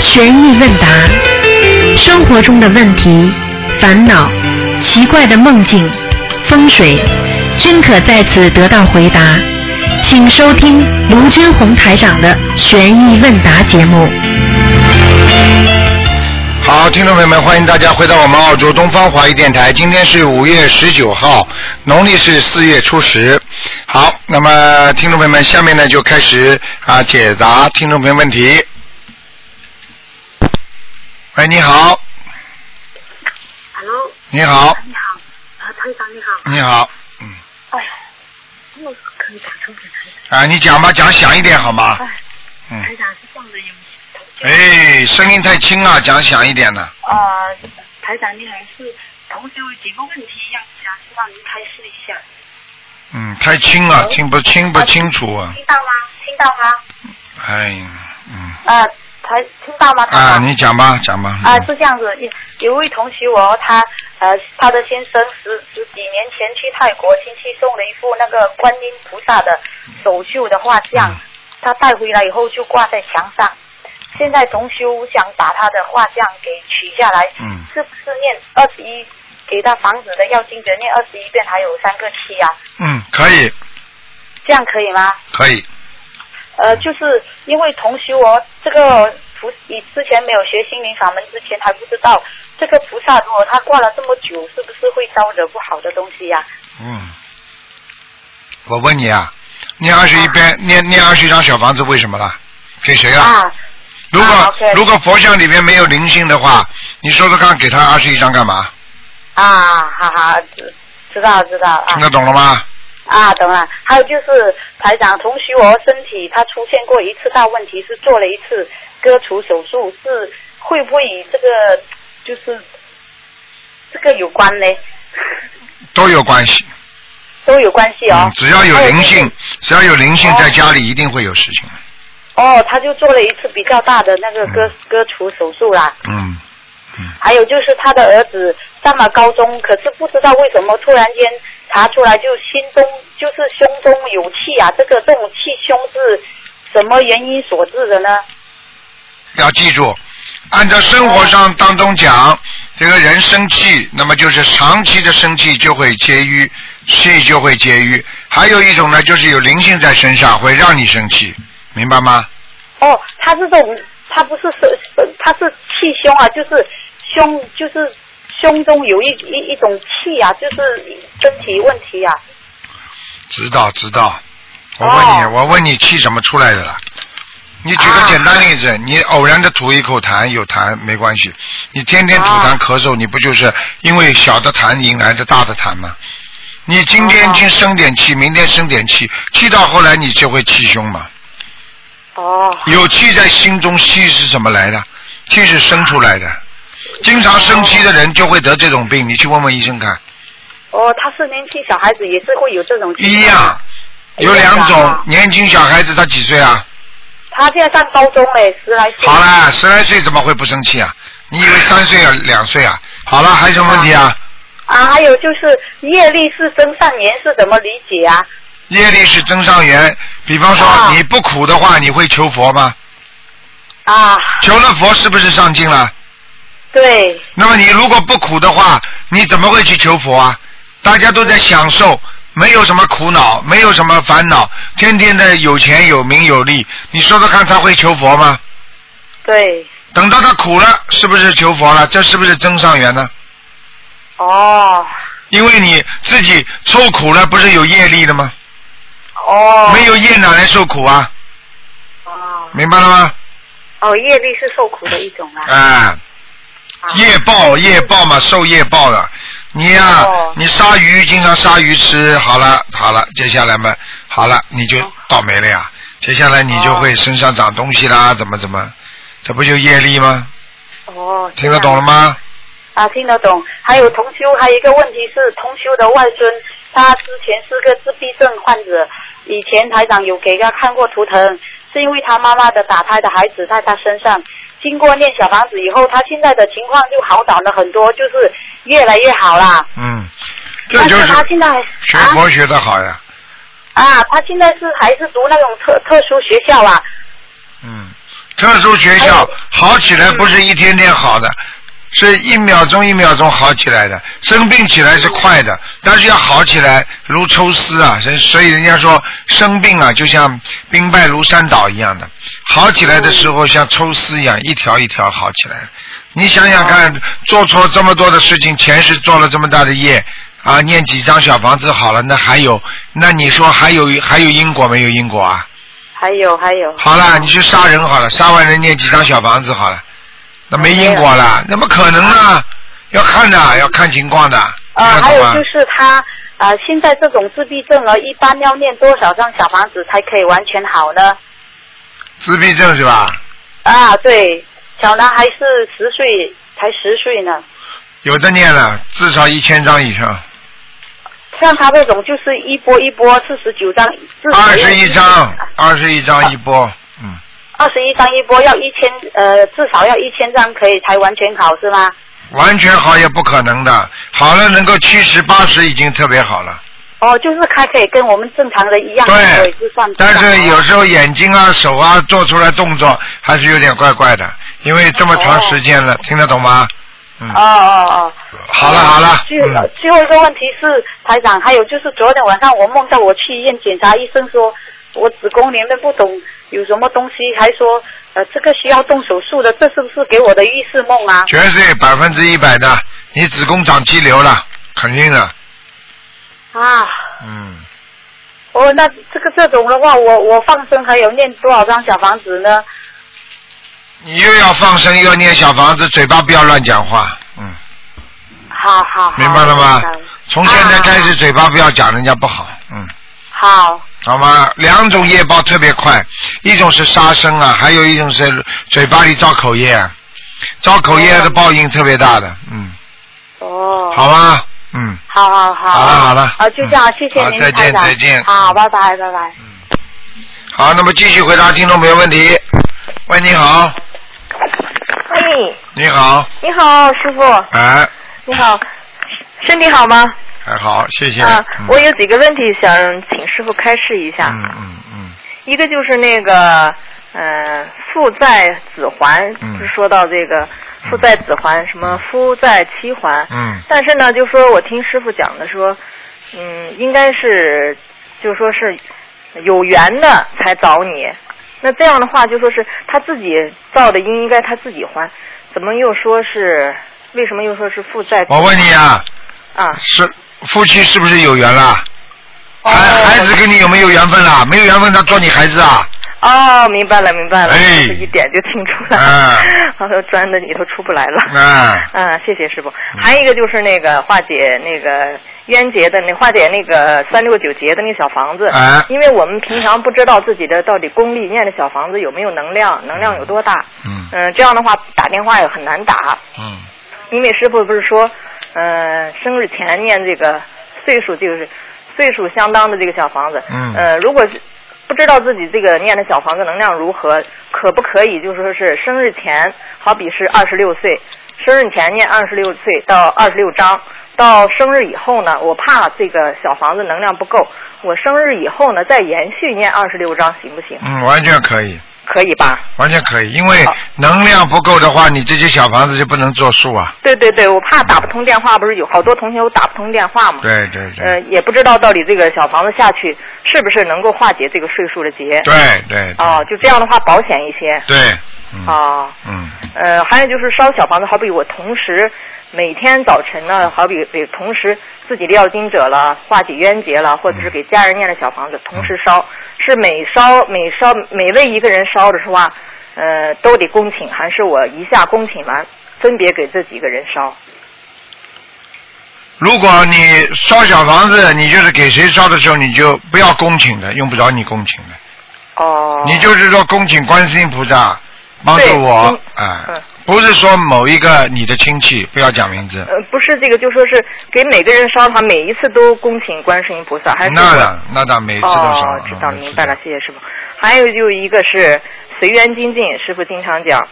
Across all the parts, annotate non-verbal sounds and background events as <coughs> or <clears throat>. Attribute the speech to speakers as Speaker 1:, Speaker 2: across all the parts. Speaker 1: 悬疑问答，生活中的问题、烦恼、奇怪的梦境、风水，均可在此得到回答。请收听卢军红台长的悬疑问答节目。
Speaker 2: 好，听众朋友们，欢迎大家回到我们澳洲东方华语电台。今天是五月十九号，农历是四月初十。好，那么听众朋友们，下面呢就开始啊解答听众朋友问题。喂，你好，
Speaker 3: Hello，
Speaker 2: 你好，
Speaker 3: 你好，啊，台长你好，
Speaker 2: 你好，嗯，
Speaker 3: 哎，又可以打通给台长，
Speaker 2: 啊，你讲吧，讲响一点好吗？
Speaker 3: 哎，
Speaker 2: 嗯，
Speaker 3: 台长是这样的，有
Speaker 2: 哎，声音太轻了，讲响一点呢。
Speaker 3: 啊、呃，台长你还是同时有几个问题要想让您开示一下，
Speaker 2: 嗯，太轻了，听不清不清楚啊。
Speaker 3: 听到吗？听到吗？
Speaker 2: 哎，嗯，
Speaker 3: 呃，台听到吗？台
Speaker 2: 啊，
Speaker 3: 长
Speaker 2: 你讲吧，讲吧。嗯
Speaker 3: 啊，是这样子，有有位同学我他呃他的先生十十几年前去泰国亲戚送了一副那个观音菩萨的手绣的画像
Speaker 2: 嗯，
Speaker 3: 他带回来以后就挂在墙上。现在同修想把他的画像给取下来，
Speaker 2: 嗯
Speaker 3: 是不是念二十一给他房子的要经者念二十一遍，还有三个七啊？
Speaker 2: 嗯，可以，
Speaker 3: 这样可以吗？
Speaker 2: 可以，
Speaker 3: 呃，就是因为同修哦，这个菩你之前没有学心灵法门之前还不知道，这个菩萨如果他挂了这么久，是不是会招惹不好的东西呀、
Speaker 2: 嗯。我问你啊，念二十一遍，念念二十一张小房子，为什么啦？给谁
Speaker 3: 啊？
Speaker 2: 啊？如果、
Speaker 3: 啊，OK 嗯
Speaker 2: 如果佛像里面没有灵性的话，你说说看，给他二十一张干嘛？
Speaker 3: 啊哈哈，知知道知道啊
Speaker 2: 听得懂了吗？
Speaker 3: 啊，懂了。还有就是台长，同修哦，身体他出现过一次大问题，是做了一次割除手术，是会不会与这个就是这个有关呢？ <laughs>
Speaker 2: 都有关系。
Speaker 3: 都有关系哦。
Speaker 2: 嗯，只要有灵
Speaker 3: 还
Speaker 2: 性，只要有灵性，
Speaker 3: 哦
Speaker 2: 在家里一定会有事情。
Speaker 3: 哦，他就做了一次比较大的那个割
Speaker 2: 嗯
Speaker 3: 割除手术啦。
Speaker 2: 嗯，
Speaker 3: 还有就是他的儿子上了高中，可是不知道为什么突然间查出来就心中就是胸中有气啊，这个这种气胸是什么原因所致的呢？
Speaker 2: 要记住，按照生活上当中讲，这个人生气，那么就是长期的生气就会结瘀，气就会结瘀。还有一种呢，就是有灵性在身上，会让你生气，明白吗？
Speaker 3: 哦，他是这种，他不是是，呃他是气胸啊，就是胸就是胸中有一一一种气啊，就是身体问题啊。
Speaker 2: 知道知道。我问你，
Speaker 3: 哦
Speaker 2: 我问你气怎么出来的了？你举个
Speaker 3: 啊
Speaker 2: 简单例子，你偶然的吐一口痰，有痰没关系。你天天吐痰
Speaker 3: 啊
Speaker 2: 咳嗽，你不就是因为小的痰引来的大的痰吗？你今天
Speaker 3: 哦
Speaker 2: 去生点气，明天生点气，气到后来你就会气胸嘛。
Speaker 3: 哦，
Speaker 2: 有气在心中，气是怎么来的？气是生出来的。经常生气的人就会得这种病，你去问问医生看。
Speaker 3: 哦，他是年轻小孩子也是会有这种情况
Speaker 2: 一样，有两
Speaker 3: 啊
Speaker 2: 种。年轻小孩子他几岁啊？
Speaker 3: 他现在上高中嘞，十来岁。
Speaker 2: 好啦，十来岁怎么会不生气啊？你以为三岁啊，两岁啊？好了，还有什么问题啊？
Speaker 3: 啊，还有就是业力是增上缘是怎么理解啊？
Speaker 2: 业力是增上缘，比方说
Speaker 3: 啊
Speaker 2: 你不苦的话，你会求佛吗？
Speaker 3: 啊，
Speaker 2: 求了佛是不是上进了？
Speaker 3: 对，
Speaker 2: 那么你如果不苦的话，你怎么会去求佛啊？大家都在享受，没有什么苦恼，没有什么烦恼，天天的有钱有名有利，你说说看他会求佛吗？
Speaker 3: 对，
Speaker 2: 等到他苦了，是不是求佛了？这是不是增上缘呢？
Speaker 3: 哦，
Speaker 2: 因为你自己受苦了，不是有业力的吗？
Speaker 3: 哦，
Speaker 2: 没有业哪来受苦啊？
Speaker 3: 哦，
Speaker 2: 明白了吗？
Speaker 3: 哦，业力是受苦的一种啊。
Speaker 2: 哎、
Speaker 3: 啊
Speaker 2: 业报业报嘛，受业报了。你呀、
Speaker 3: 哦
Speaker 2: 你杀鱼经常杀鱼吃，好了好了，接下来嘛，好了你就倒霉了呀。接下来你就会
Speaker 3: 哦
Speaker 2: 身上长东西啦，怎么怎么，这不就业力吗？
Speaker 3: 哦，
Speaker 2: 听得懂了吗？
Speaker 3: 啊，听得懂。还有同修，还有一个问题是，同修的外孙，他之前是个自闭症患者，以前台长有给他看过图腾，是因为他妈妈的打胎的孩子在他身上，经过念小房子以后，他现在的情况就好转了很多，就是越来越好啦。
Speaker 2: 嗯，这就
Speaker 3: 但
Speaker 2: 是
Speaker 3: 是他现在
Speaker 2: 学
Speaker 3: 啊
Speaker 2: 佛学的好呀。
Speaker 3: 啊，他现在是还是读那种特特殊学校啊，
Speaker 2: 嗯，特殊学
Speaker 4: 还
Speaker 2: 校
Speaker 4: 有
Speaker 2: 好起来不是一天天好的，是一秒钟一秒钟好起来的。生病起来是快的，但是要好起来如抽丝啊！所以所以人家说生病啊，就像兵败如山倒一样的，好起来的时候像抽丝一样，一条一条好起来。你想想看，做错这么多的事情，前世做了这么大的业。啊，念几张小房子好了，那还有，那你说还有还有因果没有因果啊？
Speaker 4: 还有还有。
Speaker 2: 好了，你去杀人好了，杀完人念几张小房子好了，那没因果了，怎么可能呢？要看的，要看情况的，
Speaker 4: 呃，
Speaker 2: 看
Speaker 4: 还
Speaker 2: 懂啊
Speaker 4: 有
Speaker 2: 吗
Speaker 4: 就？是他呃，现在这种自闭症呢，一般要念多少张小房子才可以完全好呢？
Speaker 2: 自闭症是吧？
Speaker 4: 啊，对，小男孩是十岁，才十岁呢。
Speaker 2: 有的念了，至少一千张以上，
Speaker 4: 像他这种就是一波一波四十九张，至少
Speaker 2: 二十一张
Speaker 4: 要，
Speaker 2: 二十一张一波，嗯，
Speaker 4: 二十一张一波要一千，呃，至少要一千张可以才完全好是吗？
Speaker 2: 完全好也不可能的，好了能够七十八十已经特别好了。
Speaker 4: 哦，就是他可以跟我们正常人一样，
Speaker 2: 对
Speaker 4: 可以就算不
Speaker 2: 但
Speaker 4: 上
Speaker 2: 是有时候眼睛啊、手啊做出来动作还是有点怪怪的，因为这么长时间了，听得懂吗？嗯，
Speaker 4: 哦哦哦，
Speaker 2: 好了好了，
Speaker 4: 最、
Speaker 2: 嗯。
Speaker 4: 最后一个问题是，台长，还有就是昨天晚上我梦到我去医院检查，医生说我子宫里面不懂有什么东西，还说呃这个需要动手术的，这是不是给我的预示梦啊？
Speaker 2: 绝对百分之一百的，你子宫长肌瘤了，肯定的，
Speaker 4: 啊，
Speaker 2: 嗯，
Speaker 4: 哦，那这个这种的话，我我放生还有念多少张小房子呢？
Speaker 2: 你又要放生，又要念小房子，嘴巴不要乱讲话，嗯，
Speaker 4: 好好，好
Speaker 2: 明白了吗
Speaker 4: 哦明白？
Speaker 2: 从现在开始，嘴巴不要讲人家不好，嗯，
Speaker 4: 好，
Speaker 2: 好吗？两种业报特别快，一种是杀生啊，还有一种是嘴巴里造口业啊，造口业的报应特别大的，嗯，
Speaker 4: 哦，
Speaker 2: 好吗？嗯，
Speaker 4: 好，好好
Speaker 2: 好了好了嗯
Speaker 4: 啊，就这样，谢谢
Speaker 2: 好
Speaker 4: 您，
Speaker 2: 再见
Speaker 4: 台长
Speaker 2: 再见
Speaker 4: 好，拜拜，拜拜。
Speaker 2: 好，那么继续回答听众朋友问题。喂，你好，
Speaker 5: 喂，
Speaker 2: 你好，
Speaker 5: 哎你好，师傅，
Speaker 2: 哎，
Speaker 5: 你好，身体好吗？
Speaker 2: 还好，谢谢。
Speaker 4: 呃
Speaker 5: 啊
Speaker 2: 嗯，
Speaker 5: 我有几个问题想请师傅开示一下。
Speaker 2: 嗯嗯嗯，
Speaker 5: 一个就是那个，呃，父债子还，
Speaker 2: 嗯
Speaker 5: 不是说到这个父债子还，什么夫债妻还。
Speaker 2: 嗯
Speaker 5: 但是呢，就说我听师傅讲的说，嗯，应该是就说是有缘的才找你。那这样的话，就说是他自己造的因，应该他自己还。怎么又说是为什么又说是父债子
Speaker 2: 我问你啊，
Speaker 5: 啊？
Speaker 2: 是夫妻是不是有缘啦？
Speaker 5: 哦
Speaker 2: 孩孩子跟你有没有缘分啦？没有缘分，他做你孩子啊？
Speaker 5: 哦，明白了，明白了，
Speaker 2: 哎
Speaker 5: 这一点就听出来
Speaker 2: 啊
Speaker 5: <laughs> 了，然后钻的里头出不来了。
Speaker 2: 啊，
Speaker 5: 啊，谢谢师傅。还有一个就是那个化解那个冤结的，那化解那个三六九结的那小房子。
Speaker 2: 哎 <laughs>
Speaker 5: 因为我们平常不知道自己的到底功力念的小房子有没有能量，能量有多大。
Speaker 2: 嗯
Speaker 5: 嗯、这样的话打电话也很难打，
Speaker 2: 嗯
Speaker 5: 因为师傅不是说，呃，生日前念这个岁数就是岁数相当的这个小房子。
Speaker 2: 嗯
Speaker 5: 呃，如果是不知道自己这个念的小房子能量如何，可不可以就说是生日前，好比是二十六岁，生日前念二十六岁到二十六章，到生日以后呢，我怕这个小房子能量不够，我生日以后呢再延续念二十六章行不行？
Speaker 2: 嗯，完全可以，
Speaker 5: 可以吧？
Speaker 2: 完全可以，因为
Speaker 5: 好
Speaker 2: 能量不够的话，你这些小房子就不能作数啊。
Speaker 5: 对对对，我怕打不通电话，不是有好多同学都打不通电话嘛？
Speaker 2: 对对
Speaker 5: 呃
Speaker 2: 对，，
Speaker 5: 也不知道到底这个小房子下去是不是能够化解这个税数的结。
Speaker 2: 对对
Speaker 5: 哦，就这样的话保险一些。
Speaker 2: 对，嗯
Speaker 5: 哦，
Speaker 2: 嗯
Speaker 5: 呃，还有就是烧小房子，好比我同时每天早晨呢，好比给同时自己的要经者了，化解冤结了，或者是给家人念的小房子，同时烧，是每烧每烧每为一个人烧的是吧？呃，都得恭请，还是我一下恭请完，分别给这几个人烧？
Speaker 2: 如果你烧小房子，你就是给谁烧的时候，你就不要恭请的，用不着你恭请的。
Speaker 5: 哦，
Speaker 2: 你就是说恭请观世音菩萨帮助
Speaker 5: 对
Speaker 2: 我
Speaker 5: 恭
Speaker 2: 啊、
Speaker 5: 嗯
Speaker 2: 不是说某一个你的亲戚，不要讲名字。
Speaker 5: 呃，不是这个，就说是给每个人烧的话，每一次都恭请观世音菩萨，还是
Speaker 2: 那
Speaker 5: 我
Speaker 2: 倒那倒每次都少。
Speaker 5: 哦，知道
Speaker 2: 嗯
Speaker 5: 明白了，。谢谢师傅。还有就一个是随缘精进，师傅经常讲，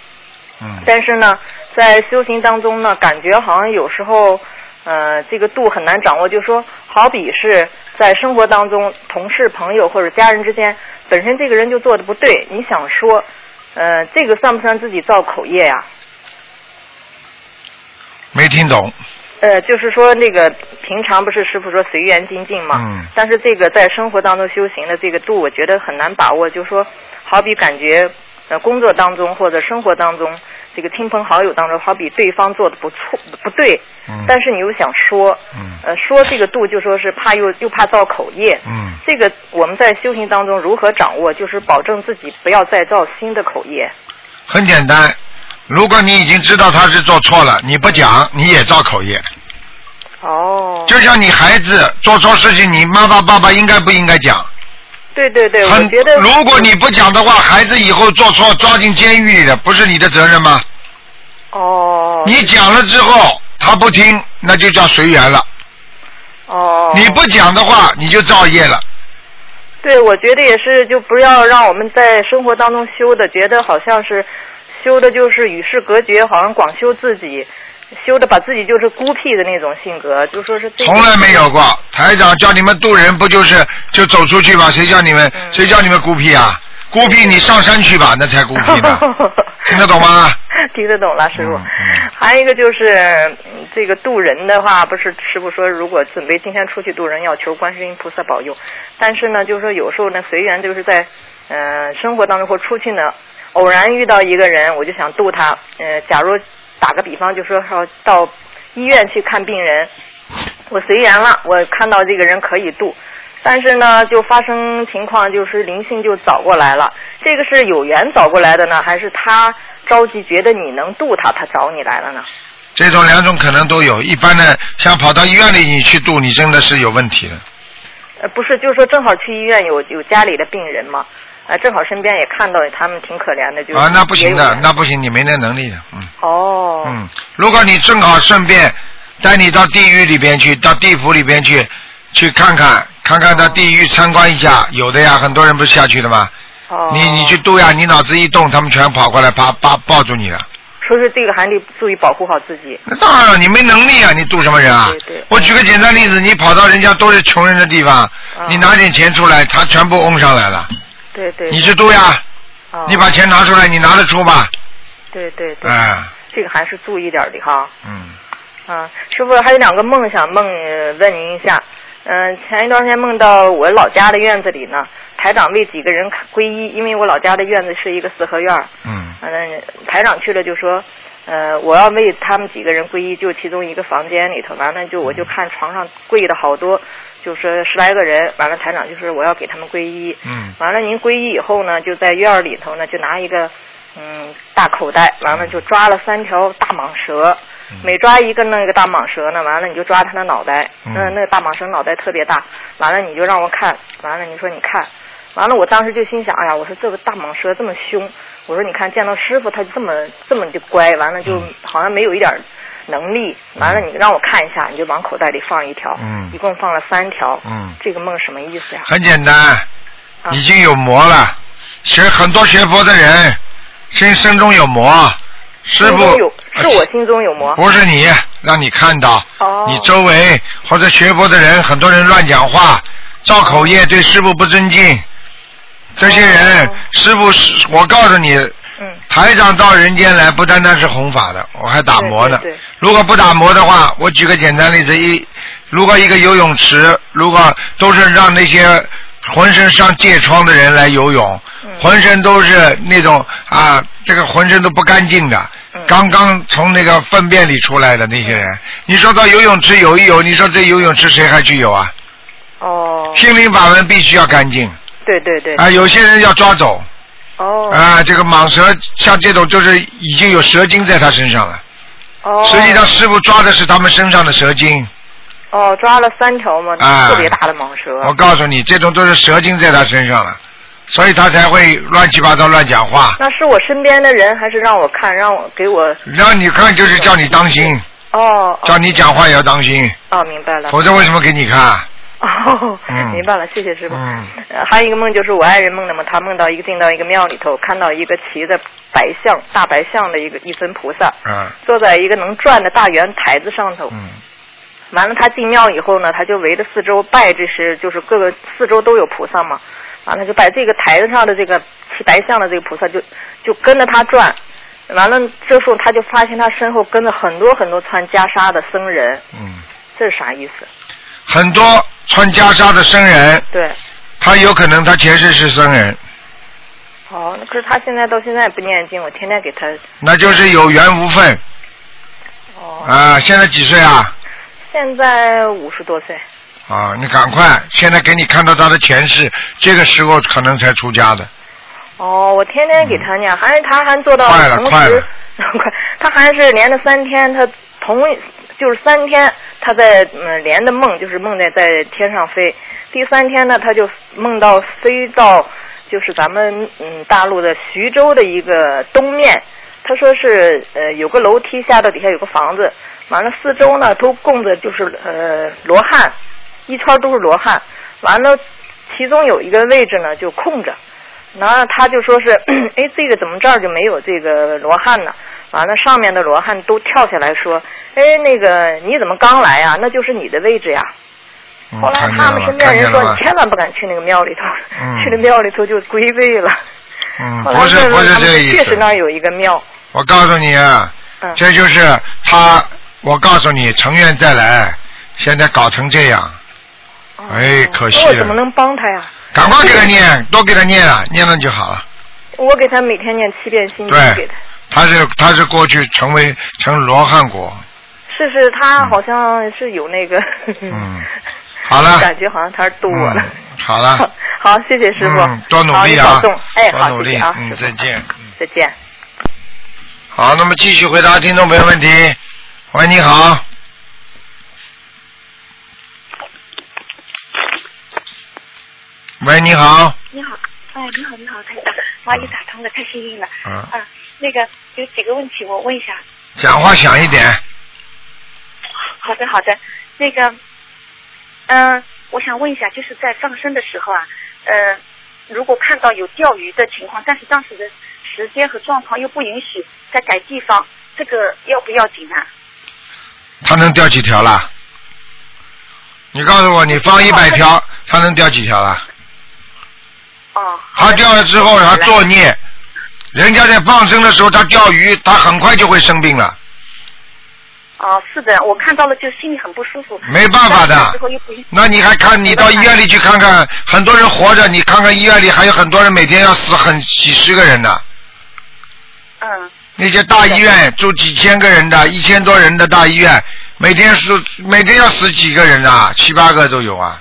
Speaker 2: 嗯，
Speaker 5: 但是呢，在修行当中呢，感觉好像有时候，呃，这个度很难掌握。就说好比是在生活当中，同事、朋友或者家人之间，本身这个人就做的不对，你想说，呃，这个算不算自己造口业呀、
Speaker 2: 没听懂。
Speaker 5: 呃，就是说那个平常不是师傅说随缘精进嘛，
Speaker 2: 嗯
Speaker 5: 但是这个在生活当中修行的这个度，我觉得很难把握。就是说，好比感觉呃工作当中或者生活当中，这个亲朋好友当中，好比对方做的不错不对，
Speaker 2: 嗯
Speaker 5: 但是你又想说，
Speaker 2: 嗯
Speaker 5: 呃说这个度就说是怕又又怕造口业，
Speaker 2: 嗯，
Speaker 5: 这个我们在修行当中如何掌握，就是保证自己不要再造新的口业。
Speaker 2: 很简单。如果你已经知道他是做错了，你不
Speaker 5: 嗯
Speaker 2: 讲，你也造口业。
Speaker 5: 哦，
Speaker 2: 就像你孩子做错事情，你妈妈爸爸应该不应该讲？
Speaker 5: 对对对，我
Speaker 2: 很
Speaker 5: 觉得，
Speaker 2: 如果你不讲的话，孩子以后做错抓进监狱里的，不是你的责任吗？
Speaker 5: 哦
Speaker 2: 你讲了之后，他不听，那就叫随缘了。
Speaker 5: 哦，
Speaker 2: 你不讲的话，你就造业了。
Speaker 5: 对，我觉得也是，就不要让我们在生活当中修的，觉得好像是修的就是与世隔绝，好像光修自己，修的把自己就是孤僻的那种性格，就说是这个
Speaker 2: 从来没有过，台长叫你们渡人，不就是就走出去吧？谁叫你们？
Speaker 5: 嗯
Speaker 2: 谁叫你们孤僻啊？孤僻，你上山去吧，那才孤僻
Speaker 5: <laughs>
Speaker 2: 呢。听得懂吗？
Speaker 5: 听得懂了，师傅。
Speaker 2: 嗯嗯
Speaker 5: 还有一个就是嗯这个渡人的话，不是师傅说，如果准备今天出去渡人，要求观世音菩萨保佑。但是呢，就是说有时候呢，随缘就是在呃生活当中或出去呢，偶然遇到一个人，我就想渡他。呃，假如打个比方，就说说到医院去看病人，我随缘了，我看到这个人可以渡。但是呢，就发生情况，就是灵性就找过来了。这个是有缘找过来的呢，还是他着急觉得你能渡他，他找你来了呢？
Speaker 2: 这种两种可能都有。一般的，像跑到医院里你去渡，你真的是有问题的。
Speaker 5: 呃，不是，就是说正好去医院有有家里的病人嘛，呃，正好身边也看到他们挺可怜的，就是
Speaker 2: 啊，那不行
Speaker 5: 也有
Speaker 2: 的，
Speaker 5: 缘
Speaker 2: 那不行，你没那能力的，嗯
Speaker 5: 哦，
Speaker 2: 嗯。如果你正好顺便带你到地狱里边去，到地府里边去，去看看，看看到地狱参观一下，有的呀，很多人不是下去的吗？
Speaker 5: 哦，
Speaker 2: 你你去度呀，你脑子一动，他们全跑过来，啪啪抱住你了。
Speaker 5: 说是这个还得注意保护好自己，
Speaker 2: 那当然了，你没能力啊，你度什么人啊？
Speaker 5: 对对
Speaker 2: 我举个简单例子，你跑到人家都是穷人的地方，
Speaker 5: 嗯
Speaker 2: 你拿点钱出来，他全部翁上来了。
Speaker 5: 对对，
Speaker 2: 你去度呀，
Speaker 5: 哦
Speaker 2: 你把钱拿出来，你拿得出吗？
Speaker 5: 对对对，
Speaker 2: 哎，
Speaker 5: 这个还是注意点儿的哈。
Speaker 2: 嗯，
Speaker 5: 啊，师傅还有两个梦想梦呃问您一下。嗯、前一段时间梦到我老家的院子里呢，台长为几个人皈依，因为我老家的院子是一个四合院儿。
Speaker 2: 嗯，
Speaker 5: 嗯，台长去了就说，呃，我要为他们几个人皈依，就其中一个房间里头，完了就我就看床上跪的好多，就是十来个人，完了台长就说我要给他们皈依，
Speaker 2: 嗯
Speaker 5: 完了您皈依以后呢，就在院儿里头呢，就拿一个嗯大口袋，完了就抓了三条大蟒蛇。每抓一个那个大蟒蛇呢，完了你就抓它的脑袋，
Speaker 2: 嗯
Speaker 5: 那那个大蟒蛇脑袋特别大，完了你就让我看，完了你说你看，完了，我当时就心想，哎呀，我说这个大蟒蛇这么凶，我说你看见到师傅他就这么这么就乖，完了就
Speaker 2: 嗯
Speaker 5: 好像没有一点能力，完了你让我看一下，你就往口袋里放一条，
Speaker 2: 嗯
Speaker 5: 一共放了三条，
Speaker 2: 嗯
Speaker 5: 这个梦什么意思呀？
Speaker 2: 很简单，
Speaker 5: 啊
Speaker 2: 已经有魔了。学很多学佛的人，身身中有魔，师呃
Speaker 5: 心
Speaker 2: 傅啊
Speaker 5: 中有，是我心中有魔，
Speaker 2: 不是你，让你看到，
Speaker 5: 哦
Speaker 2: 你周围或者学佛的人，很多人乱讲话，造口业，对师傅不尊敬。这些人，
Speaker 5: 哦
Speaker 2: 师傅是，我告诉你，
Speaker 5: 嗯，
Speaker 2: 台长到人间来，不单单是弘法的，我还打磨呢。
Speaker 5: 对对对
Speaker 2: 如果不打磨的话，我举个简单例子，一如果一个游泳池，如果都是让那些浑身上疥疮的人来游泳，
Speaker 5: 嗯
Speaker 2: 浑身都是那种啊，这个浑身都不干净的，
Speaker 5: 嗯
Speaker 2: 刚刚从那个粪便里出来的那些人，你说到游泳池游一游，你说这游泳池谁还去游啊？
Speaker 5: 哦，
Speaker 2: 心灵法门必须要干净
Speaker 5: 对对对，
Speaker 2: 啊，有些人要抓走。
Speaker 5: 哦
Speaker 2: 啊，这个蟒蛇像这种就是已经有蛇精在它身上了。
Speaker 5: 哦，
Speaker 2: 实际上，师傅抓的是他们身上的蛇精。
Speaker 5: 哦抓了三条嘛，
Speaker 2: 啊哦
Speaker 5: 特别大的蟒蛇，
Speaker 2: 我告诉你，这种都是蛇精在他身上了，所以他才会乱七八糟乱讲话。
Speaker 5: 那是我身边的人，还是让我看，让我给我
Speaker 2: 让你看就是叫你当心，
Speaker 5: 哦
Speaker 2: 叫
Speaker 5: 哦
Speaker 2: 你讲话也要当心，
Speaker 5: 哦，明白了。
Speaker 2: 否则为什么给你看？
Speaker 5: 哦
Speaker 2: 嗯，
Speaker 5: 明白了，谢谢师傅。
Speaker 2: 嗯
Speaker 5: 呃还有一个梦就是我爱人梦的嘛，他梦到一个进到一个庙里头，看到一个骑着白象、大白象的一个一尊菩萨，
Speaker 2: 嗯
Speaker 5: 坐在一个能转的大圆台子上头。
Speaker 2: 嗯
Speaker 5: 完了，他进庙以后呢，他就围着四周拜，这是就是各个四周都有菩萨嘛。完了就把这个台子上的这个骑白象的这个菩萨就就跟着他转，完了这时候他就发现他身后跟着很多很多穿袈裟的僧人，
Speaker 2: 嗯，
Speaker 5: 这是啥意思？
Speaker 2: 很多穿袈裟的僧人，
Speaker 5: 对，
Speaker 2: 他有可能他前世是僧人，
Speaker 5: 哦，那可是他现在到现在也不念经，我天天给他，
Speaker 2: 那就是有缘无分
Speaker 5: 哦，
Speaker 2: 啊。现在几岁啊？
Speaker 5: 现在五十多岁，
Speaker 2: 啊，你赶快，现在给你看到他的前世，这个时候可能才出家的。
Speaker 5: 哦，我天天给他念，还是他还做到
Speaker 2: 嗯快了
Speaker 5: 同
Speaker 2: 快
Speaker 5: 时
Speaker 2: 了，
Speaker 5: <laughs> 快，他还是连着三天，他同就是三天他在嗯连的梦，就是梦见在天上飞，第三天呢他就梦到飞到就是咱们嗯大陆的徐州的一个东面，他说是呃有个楼梯下到底下有个房子，完了四周呢都供着就是呃罗汉，一圈都是罗汉，完了其中有一个位置呢就空着。然后他就说是， <clears throat> 哎，这个怎么这儿就没有这个罗汉呢？完了，上面的罗汉都跳下来说，哎，那个你怎么刚来啊？那就是你的位置呀。
Speaker 2: 嗯
Speaker 5: 后来
Speaker 2: 看见
Speaker 5: 他
Speaker 2: 了
Speaker 5: 们
Speaker 2: 吗？
Speaker 5: 身边
Speaker 2: 看见
Speaker 5: 人
Speaker 2: 了
Speaker 5: 说，
Speaker 2: 吗
Speaker 5: 你？千万不敢去那个庙里头，
Speaker 2: 嗯
Speaker 5: <laughs> 去了庙里头就归位了。
Speaker 2: 嗯，
Speaker 5: 后来
Speaker 2: 不是
Speaker 5: 问
Speaker 2: 不
Speaker 5: 问
Speaker 2: 是
Speaker 5: 他
Speaker 2: 这个
Speaker 5: 们
Speaker 2: 意
Speaker 5: 确实那
Speaker 2: 思。
Speaker 5: 儿有一个庙，
Speaker 2: 我告诉你啊，
Speaker 5: 嗯，
Speaker 2: 这就是他，我告诉你，成愿再来，现在搞成这样，
Speaker 5: 哦
Speaker 2: 哎可惜
Speaker 5: 那我
Speaker 2: 了
Speaker 5: 怎么能帮他呀？
Speaker 2: 赶快给他念，多给他念啊，念了就好了。
Speaker 5: 我给他每天念七遍心经
Speaker 2: 对
Speaker 5: 给他。
Speaker 2: 他是他是过去成为成罗汉果，
Speaker 5: 是是，他好像是有那个， <laughs>
Speaker 2: 嗯，好了
Speaker 5: 感觉好像他是度我了。
Speaker 2: 嗯好了
Speaker 5: 好，谢谢 <laughs> 师傅，
Speaker 2: 嗯，多努力
Speaker 5: 好
Speaker 2: 啊
Speaker 5: 你保重，哎，
Speaker 2: 多
Speaker 5: 好，
Speaker 2: 努
Speaker 5: 谢
Speaker 2: 力
Speaker 5: 谢啊，，
Speaker 2: 嗯，
Speaker 5: 师傅
Speaker 2: 再见。嗯
Speaker 5: 再见。
Speaker 2: 好，那么继续回答听众朋友问题。喂，你好。喂，你好。
Speaker 3: 你好，哎，你好，你好，台长，哇，你打通了，太幸运了。
Speaker 2: 嗯
Speaker 3: 啊，那个有几个问题我问一下。
Speaker 2: 讲话响一点。
Speaker 3: 好的，好的。那个，嗯、我想问一下，就是在放生的时候啊，呃，如果看到有钓鱼的情况，但是当时的时间和状况又不允许，在改地方，这个要不要紧啊？
Speaker 2: 他能钓几条啦？你告诉我，你放一百条，他能钓几条啦？
Speaker 3: 哦，
Speaker 2: 他钓了之后，他作孽。人家在放生的时候，他钓鱼，他很快就会生病了。
Speaker 3: 哦，是的，我看到了，就心里很不舒服。
Speaker 2: 没办法的
Speaker 3: 但是之后又不允许
Speaker 2: 那你还看？你到医院里去看看，很多人活着，你看看医院里还有很多人每天要死很几十个人呢。
Speaker 3: 嗯，
Speaker 2: 那些大医院住几千个人的，一千多人的大医院，每天死每天要死几个人啊？七八个都有啊。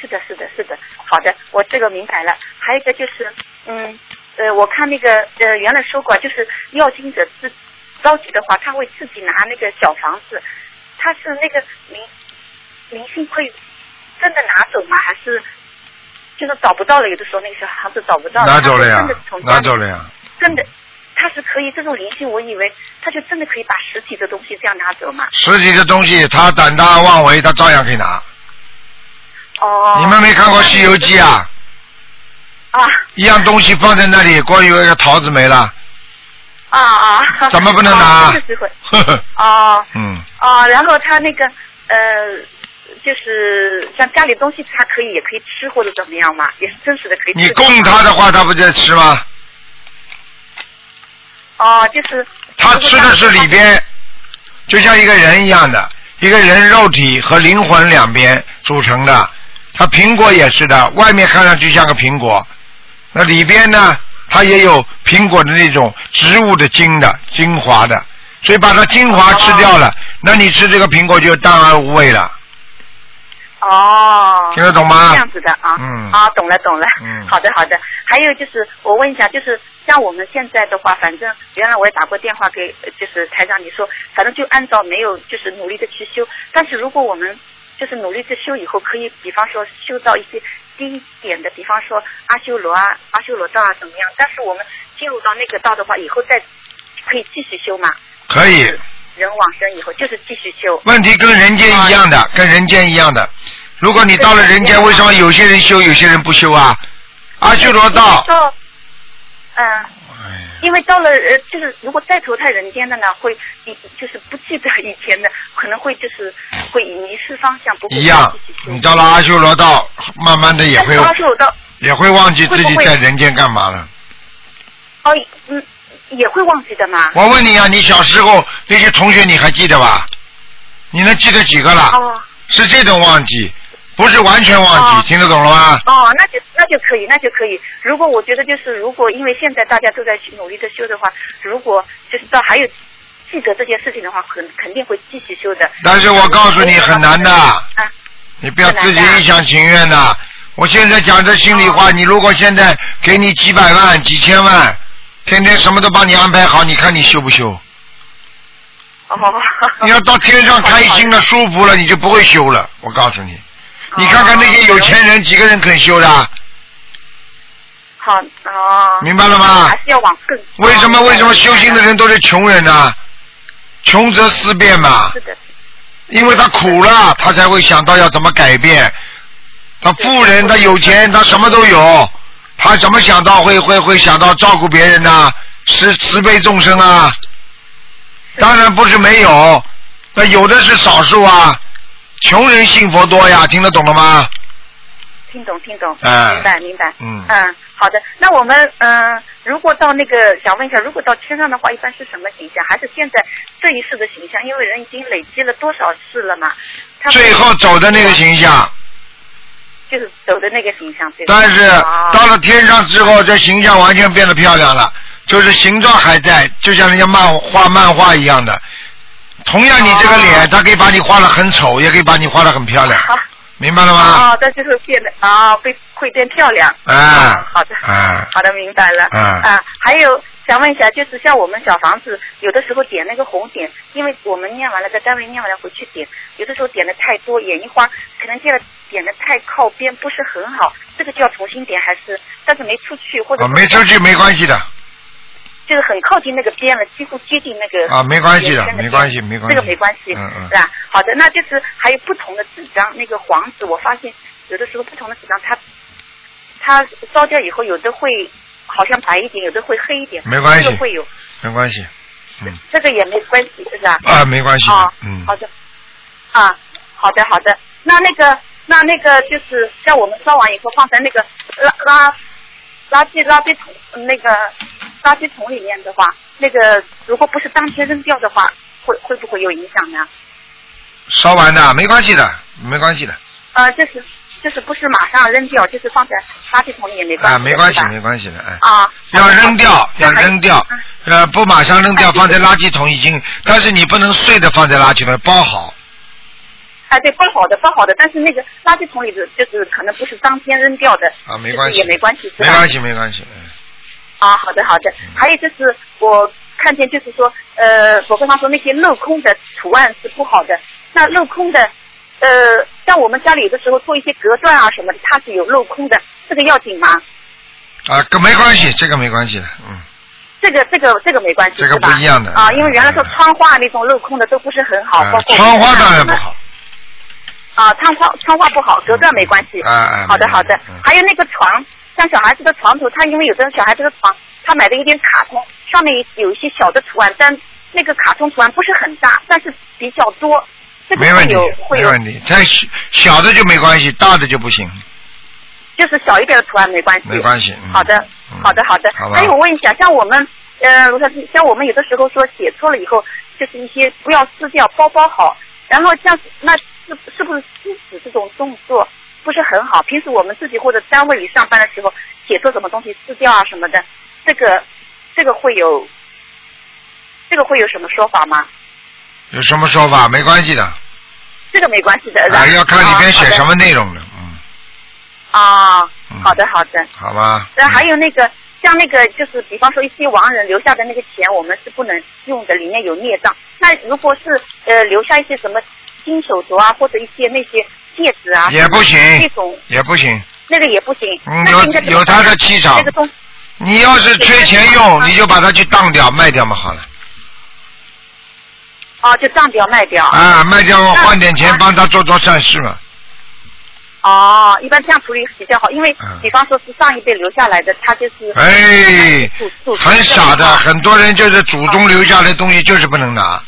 Speaker 3: 是的，是的，是的，好的，我这个明白了。还有一个就是，嗯，呃，我看那个呃，原来说过，就是要经者自着急的话，他会自己拿那个小房子，他是那个灵灵性会真的拿走吗？还是就是找不到了？有的时候那个小房子找不到
Speaker 2: 拿走了
Speaker 3: 他
Speaker 2: 呀
Speaker 3: 是真的从，家里
Speaker 2: 拿走了呀。
Speaker 3: 真的。他是可以这种灵性，我以为他就真的可以把实体的东西这样拿走嘛？
Speaker 2: 实体的东西，他胆大妄为，他照样可以拿。
Speaker 3: 哦，
Speaker 2: 你们没看过《西游记》啊？
Speaker 3: 啊
Speaker 2: 一样东西放在那里，光有一个桃子没了，
Speaker 3: 啊啊！
Speaker 2: <laughs> 怎么不能拿
Speaker 3: <laughs> 啊这个机会
Speaker 2: 呵呵，
Speaker 3: 哦，
Speaker 2: <laughs> 嗯，
Speaker 3: 哦，然后他那个呃，就是像家里东西，他可以也可以吃或者怎么样嘛，也是真实的可以吃。
Speaker 2: 你供他的话，他不在吃吗？
Speaker 3: 哦，就是
Speaker 2: 他吃的是里边，就像一个人一样的，一个人肉体和灵魂两边组成的。他苹果也是的，外面看上去像个苹果，那里边呢，它也有苹果的那种植物的精的精华的，所以把它精华吃掉了，那你吃这个苹果就淡而无味了，
Speaker 3: 哦，
Speaker 2: 听得懂吗
Speaker 3: 这？样子的啊，
Speaker 2: 嗯
Speaker 3: 啊，懂了懂了，
Speaker 2: 嗯
Speaker 3: 好的好的。还有就是我问一下，就是像我们现在的话，反正原来我也打过电话给，呃就是台长你说，反正就按照没有就是努力的去修，但是如果我们就是努力的修以后，可以比方说修到一些低一点的，比方说阿修罗啊、阿修罗道啊怎么样？但是我们进入到那个道的话，以后再可以继续修嘛，
Speaker 2: 可以，
Speaker 3: 人往生以后就是继续修。
Speaker 2: 问题跟人间一样的，跟人间一样的。如果你到了人间，为什么有些人修，有些人不修啊？阿修罗道，
Speaker 3: 到，嗯。
Speaker 2: 哎呀
Speaker 3: 因为到了呃，就是如果再投胎人间的呢，会以就是不记得以前的，可能会就是会以迷失方向，不会
Speaker 2: 一样
Speaker 3: 继续，修
Speaker 2: 哎你到了阿修罗道，慢慢的也会
Speaker 3: 但是阿修罗道
Speaker 2: 也会忘记自
Speaker 3: 会
Speaker 2: 己
Speaker 3: 不会
Speaker 2: 在人间干嘛了。
Speaker 3: 哦，嗯，也会忘记的嘛。
Speaker 2: 我问你啊，你小时候那些同学你还记得吧？你能记得几个啦？
Speaker 3: 哦
Speaker 2: 是这种忘记，不是完全忘记，
Speaker 3: 哦
Speaker 2: 听得懂了吗？
Speaker 3: 哦，那就那就可以，那就可以。如果我觉得就是，如果因为现在大家都在去努力的修的话，如果就是到还有记得这件事情的话，肯肯定会继续修的。
Speaker 2: 但是我告诉你嗯很难的
Speaker 3: 啊，
Speaker 2: 你不要自己
Speaker 3: 很难的
Speaker 2: 一厢情愿的。我现在讲这心里话，你如果现在给你几百万、几千万，天天什么都帮你安排好，你看你修不修？
Speaker 3: 哦，
Speaker 2: 你要到天上开心
Speaker 3: <laughs>
Speaker 2: 了、舒服了，你就不会修了。我告诉你，
Speaker 3: 哦
Speaker 2: 你看看那些有钱人，几个人肯修的？
Speaker 3: 好哦，
Speaker 2: 明白了吗
Speaker 3: 还？是要往更
Speaker 2: 啊为什么为什么修心的人都是穷人呢、啊穷则思变嘛
Speaker 3: 是，的，
Speaker 2: 因为他苦了，他才会想到要怎么改变。他富人，他有钱，他什么都有，他怎么想到会会会想到照顾别人呐、是慈悲众生啊？当然不是没有，那有的是少数啊。穷人信佛多呀，听得懂了吗？
Speaker 3: 听懂听懂，
Speaker 2: 哎
Speaker 3: 明白明白。
Speaker 2: 嗯
Speaker 3: 嗯，好的。那我们嗯、呃如果到那个，想问一下，如果到天上的话，一般是什么形象？还是现在这一世的形象？因为人已经累积了多少世了嘛？他
Speaker 2: 最后走的那个形象，
Speaker 3: <laughs> 就是走的那个形象，对吧
Speaker 2: 但是
Speaker 3: 哦
Speaker 2: 到了天上之后，这形象完全变得漂亮了，就是形状还在，就像人家漫画漫画一样的。同样，你这个
Speaker 3: 哦
Speaker 2: 脸，他可以把你画的很丑，也可以把你画的很漂亮，
Speaker 3: 好
Speaker 2: 明白了吗？
Speaker 3: 哦，但就是变得啊、哦，被会变漂亮。
Speaker 2: 哎
Speaker 3: 啊好的，
Speaker 2: 哎
Speaker 3: 好的，明白了。
Speaker 2: 哎
Speaker 3: 啊，还有想问一下，就是像我们小房子，有的时候点那个红点，因为我们念完了，在单位念完了回去点，有的时候点的太多，眼一花，可能这个点的太靠边，不是很好，这个就要重新点，还是但是没出去或者、
Speaker 2: 啊，没出去没关系的，
Speaker 3: 就是很靠近那个边了，几乎接近那个
Speaker 2: 啊没关系的
Speaker 3: 原先边
Speaker 2: 没关系没关系
Speaker 3: 这个没关系，
Speaker 2: 嗯嗯
Speaker 3: 是啊吧？好的，那就是还有不同的纸张，那个黄纸，我发现有的时候不同的纸张，它它烧掉以后，有的会好像白一点，有的会黑一点，
Speaker 2: 没关系
Speaker 3: 这个会有，
Speaker 2: 没关系，嗯，
Speaker 3: 这个也没关系，是吧？
Speaker 2: 啊，没关系的，
Speaker 3: 啊，
Speaker 2: 嗯，
Speaker 3: 好的，啊，好的好的，那那个那那个就是像我们烧完以后放在那个垃垃垃圾垃圾桶那个垃圾桶里面的话，那个如果不是当天扔掉的话，会会不会有影响呢？
Speaker 2: 烧完的没关系的，没关系的，
Speaker 3: 呃，就是就是不是马上扔掉，就是放在垃圾桶里也没关系
Speaker 2: 啊，没关系
Speaker 3: 是吧
Speaker 2: 没关系的，哎。
Speaker 3: 啊，
Speaker 2: 要扔掉，
Speaker 3: 那
Speaker 2: 要
Speaker 3: 还啊
Speaker 2: 扔掉，呃，不马上扔掉，放在垃圾桶已经，但是你不能碎的放在垃圾桶，包好，
Speaker 3: 哎，对，包好的，包好的，但是那个垃圾桶里的就是可能不是当天扔掉的
Speaker 2: 啊没关系
Speaker 3: 就是也没关系，是
Speaker 2: 没
Speaker 3: 吧
Speaker 2: 关系，没关系，嗯
Speaker 3: 啊，好的好的。还有就是我看见就是说，呃，我跟他说那些镂空的图案是不好的。那镂空的，呃，像我们家里有的时候做一些隔断啊什么的，它是有镂空的，这个要紧吗？
Speaker 2: 啊，跟没关系，这个没关系的，嗯，
Speaker 3: 这个这个这个没关系，
Speaker 2: 这个
Speaker 3: 是吧
Speaker 2: 不一样的
Speaker 3: 啊，因为原来说
Speaker 2: 嗯
Speaker 3: 窗花那种镂空的都不是很好，包
Speaker 2: 啊
Speaker 3: 括
Speaker 2: 窗花当然不好，
Speaker 3: 啊，窗窗窗花不好，隔断没关系。
Speaker 2: 嗯啊啊
Speaker 3: 好
Speaker 2: 没
Speaker 3: 的
Speaker 2: 关系
Speaker 3: 好的
Speaker 2: 嗯。
Speaker 3: 还有那个床，像小孩子的床头，他因为有的小孩子的床，他买的有点卡通，上面有一些小的图案，但那个卡通图案不是很大，但是比较多。这个
Speaker 2: 没
Speaker 3: 会
Speaker 2: 问题
Speaker 3: 有，会
Speaker 2: 没
Speaker 3: 有，
Speaker 2: 问题，太小小的就没关系，大的就不行，
Speaker 3: 就是小一点的图案没关系。
Speaker 2: 没关系嗯
Speaker 3: 好的
Speaker 2: 嗯，
Speaker 3: 好的，好的
Speaker 2: 好。吧
Speaker 3: 还有我问一下，像我们，呃，如说像我们有的时候说写错了以后，就是一些不要撕掉，包包好。然后像那是是不是撕纸这种动作不是很好？平时我们自己或者单位里上班的时候，写错什么东西撕掉啊什么的，这个这个会有这个会有什么说法吗？
Speaker 2: 有什么说法？没关系的，
Speaker 3: 这个没关系的，
Speaker 2: 啊，要看里边写什
Speaker 3: 么
Speaker 2: 么内容了，嗯，
Speaker 3: 啊。
Speaker 2: 嗯
Speaker 3: 好的，好的。
Speaker 2: 好吧，嗯
Speaker 3: 那呃还有那个，像那个就是，比方说一些亡人留下的那个钱，我们是不能用的，里面有孽障。那如果是呃留下一些什么金手镯啊，或者一些那些戒指啊，
Speaker 2: 也不行
Speaker 3: 这种，
Speaker 2: 也不行，
Speaker 3: 那个也不行。
Speaker 2: 嗯
Speaker 3: 那
Speaker 2: 有
Speaker 3: 应该怎
Speaker 2: 有
Speaker 3: 么办
Speaker 2: 他的气场
Speaker 3: 那个东
Speaker 2: 你要是缺钱用，你就把它去当掉卖掉嘛，好了，
Speaker 3: 哦，就当掉卖掉。
Speaker 2: 啊，卖掉换点钱
Speaker 3: 那
Speaker 2: 帮他做做善事嘛，
Speaker 3: 哦，一般这样处理比较好，因为
Speaker 2: 嗯
Speaker 3: 比方说是上一辈留下来的，他就是
Speaker 2: 哎
Speaker 3: 祖祖，
Speaker 2: 很傻的，
Speaker 3: 啊
Speaker 2: 很多人就是祖宗留下来的东西就是不能拿，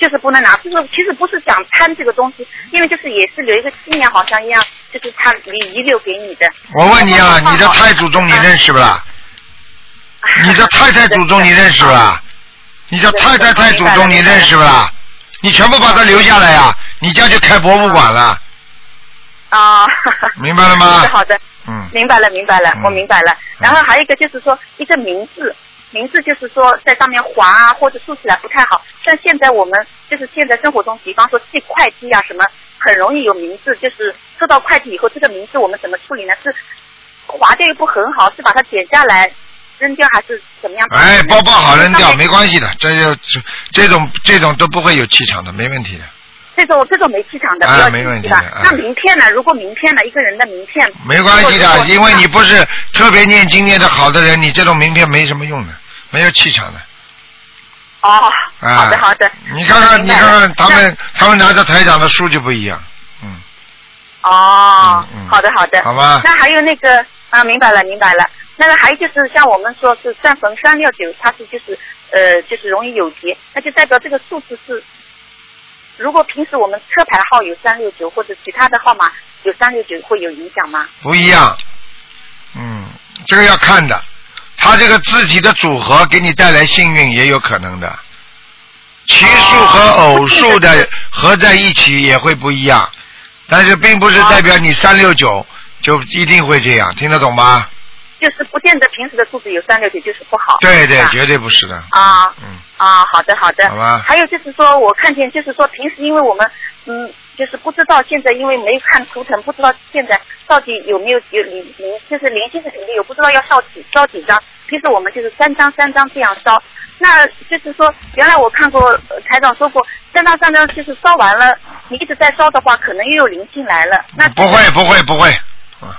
Speaker 3: 就是不能拿，就是其实不是想贪这个东西，因为就是也是有一个纪念，好像一样，就是他遗遗留给你的。
Speaker 2: 我问你啊，你的太祖宗你认识不啦？你的太太祖宗你认识不啦？你的太太太祖宗你认识不啦？你全部把它留下来呀、你家就开博物馆了，
Speaker 3: 啊？ <laughs>
Speaker 2: 明白了吗
Speaker 3: 是？好的，
Speaker 2: 嗯，
Speaker 3: 明白了，明白了，
Speaker 2: 嗯
Speaker 3: 我明白了。然后还有一个就是说，一个名字，名字就是说在上面划啊，或者竖起来不太好。像现在我们就是现在生活中，比方说记会计啊什么，很容易有名字，就是收到会计以后，这个名字我们怎么处理呢？是划掉又不很好，是把它剪下来扔掉，还是怎么样？
Speaker 2: 哎，包包好扔掉
Speaker 3: 上面
Speaker 2: 没关系的，这就这这种这种都不会有气场的，没问题的，
Speaker 3: 这种这种没气场的，
Speaker 2: 啊
Speaker 3: 不要
Speaker 2: 没问
Speaker 3: 紧
Speaker 2: 题
Speaker 3: 是
Speaker 2: 的
Speaker 3: 吧？
Speaker 2: 啊
Speaker 3: 那名片呢？如果名片呢，一个人的名片，
Speaker 2: 没关系
Speaker 3: 如
Speaker 2: 的
Speaker 3: 果，
Speaker 2: 因为你不是特别念经念的好的人，你这种名片没什么用的，没有气场的。
Speaker 3: 哦，
Speaker 2: 啊，
Speaker 3: 好的好的，
Speaker 2: 你看看，
Speaker 3: 明
Speaker 2: 你
Speaker 3: 白
Speaker 2: 看
Speaker 3: 了
Speaker 2: 看他
Speaker 3: 那
Speaker 2: 们，他们拿着台长的书就不一样，嗯，
Speaker 3: 哦
Speaker 2: 嗯嗯，
Speaker 3: 好的好的，
Speaker 2: 好吧
Speaker 3: 那还有那个啊，明白了明白了。那个还有就是像我们说是三逢三六九，它是就是呃就是容易有劫，那就代表这个数字是，如果平时我们车牌号有三六九或者其他的号码有三六九会有影响吗？
Speaker 2: 不一样，嗯，这个要看的，他这个字体的组合给你带来幸运也有可能的，奇数和
Speaker 3: 哦
Speaker 2: 偶数的合在一起也会不一样，但是并不是代表你三六九就一定会这样，听得懂
Speaker 3: 哦
Speaker 2: 吗？
Speaker 3: 就是不见得平时的数字有三六九就是不好，
Speaker 2: 对对
Speaker 3: 是，吧
Speaker 2: 绝对不是的，
Speaker 3: 啊，
Speaker 2: 嗯，
Speaker 3: 啊，好的好的。
Speaker 2: 好吧
Speaker 3: 还有就是说，我看见就是说，平时因为我们嗯，就是不知道现在因为没看图腾，不知道现在到底有没有有灵灵，就是灵性是肯定有，不知道要烧几烧几张。平时我们就是三张三张这样烧。那就是说，原来我看过呃台长说过，三张三张就是烧完了，你一直在烧的话，可能又有灵性来了。那
Speaker 2: 嗯不会不会不会，嗯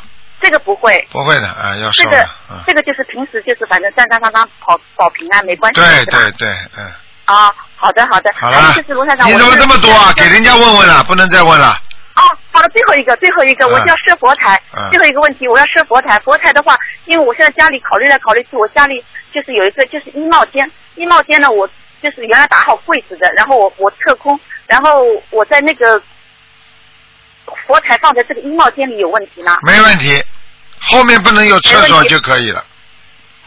Speaker 3: 这个不会，
Speaker 2: 不会的啊，要
Speaker 3: 这
Speaker 2: 收
Speaker 3: 个、
Speaker 2: 的，嗯，
Speaker 3: 这个就是平时就是反正三张三张保保平安没关系，
Speaker 2: 对
Speaker 3: 是吧
Speaker 2: 对对，嗯。
Speaker 3: 啊，好的好的，
Speaker 2: 好
Speaker 3: 还
Speaker 2: 了
Speaker 3: 有哎就是卢台，长，
Speaker 2: 你
Speaker 3: 我
Speaker 2: 怎么
Speaker 3: 是
Speaker 2: 这么多啊？给人家问问了，不能再问了。
Speaker 3: 哦，好了，最后一个，最后一个，
Speaker 2: 嗯
Speaker 3: 我就要设佛台
Speaker 2: 嗯。
Speaker 3: 最后一个问题，我要设佛台。佛台的话，因为我现在家里考虑来考虑去，我家里就是有一个就是衣帽间，衣帽间呢，我就是原来打好柜子的，然后我我特空，然后我在那个佛台放在这个衣帽间里有问题吗？
Speaker 2: 没问题，后面不能有厕所就可以了。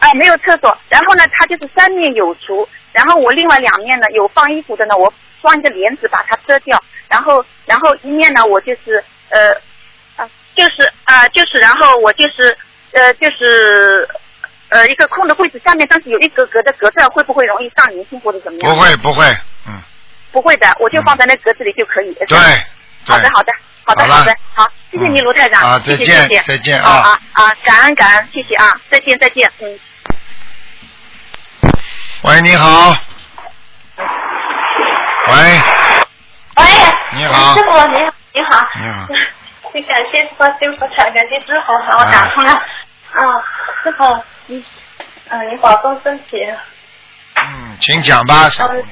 Speaker 3: 哎，没有厕所。然后呢，它就是三面有橱，然后我另外两面呢有放衣服的呢，我装一个帘子把它遮掉，然后然后一面呢我就是呃啊就是啊、就是然后我就是呃就是呃一个空的柜子下面，但是有一格格的格子，会不会容易上灵性或者怎么样？
Speaker 2: 不，会不会，嗯，
Speaker 3: 不会的，我就放在那格子里就可以。是
Speaker 2: 对
Speaker 3: 吧
Speaker 2: 对。
Speaker 3: 好的，好的，好的，
Speaker 2: 好了
Speaker 3: 好的，好，谢谢你，
Speaker 2: 嗯
Speaker 3: 卢台长，
Speaker 2: 啊
Speaker 3: 谢谢
Speaker 2: 再见
Speaker 3: 谢谢
Speaker 2: 再见啊
Speaker 3: 啊啊啊，感恩感恩，谢谢啊，再见再见，嗯。
Speaker 2: 喂，你好。喂，
Speaker 6: 喂，
Speaker 2: 你好
Speaker 6: 哎师傅你好，你好，
Speaker 2: 你好。
Speaker 6: 你感谢观世音菩萨，感谢师傅，好，我
Speaker 2: 哎
Speaker 6: 打通了。啊，师傅，你，嗯、你保重身体。
Speaker 2: 嗯，请讲吧。
Speaker 6: 嗯，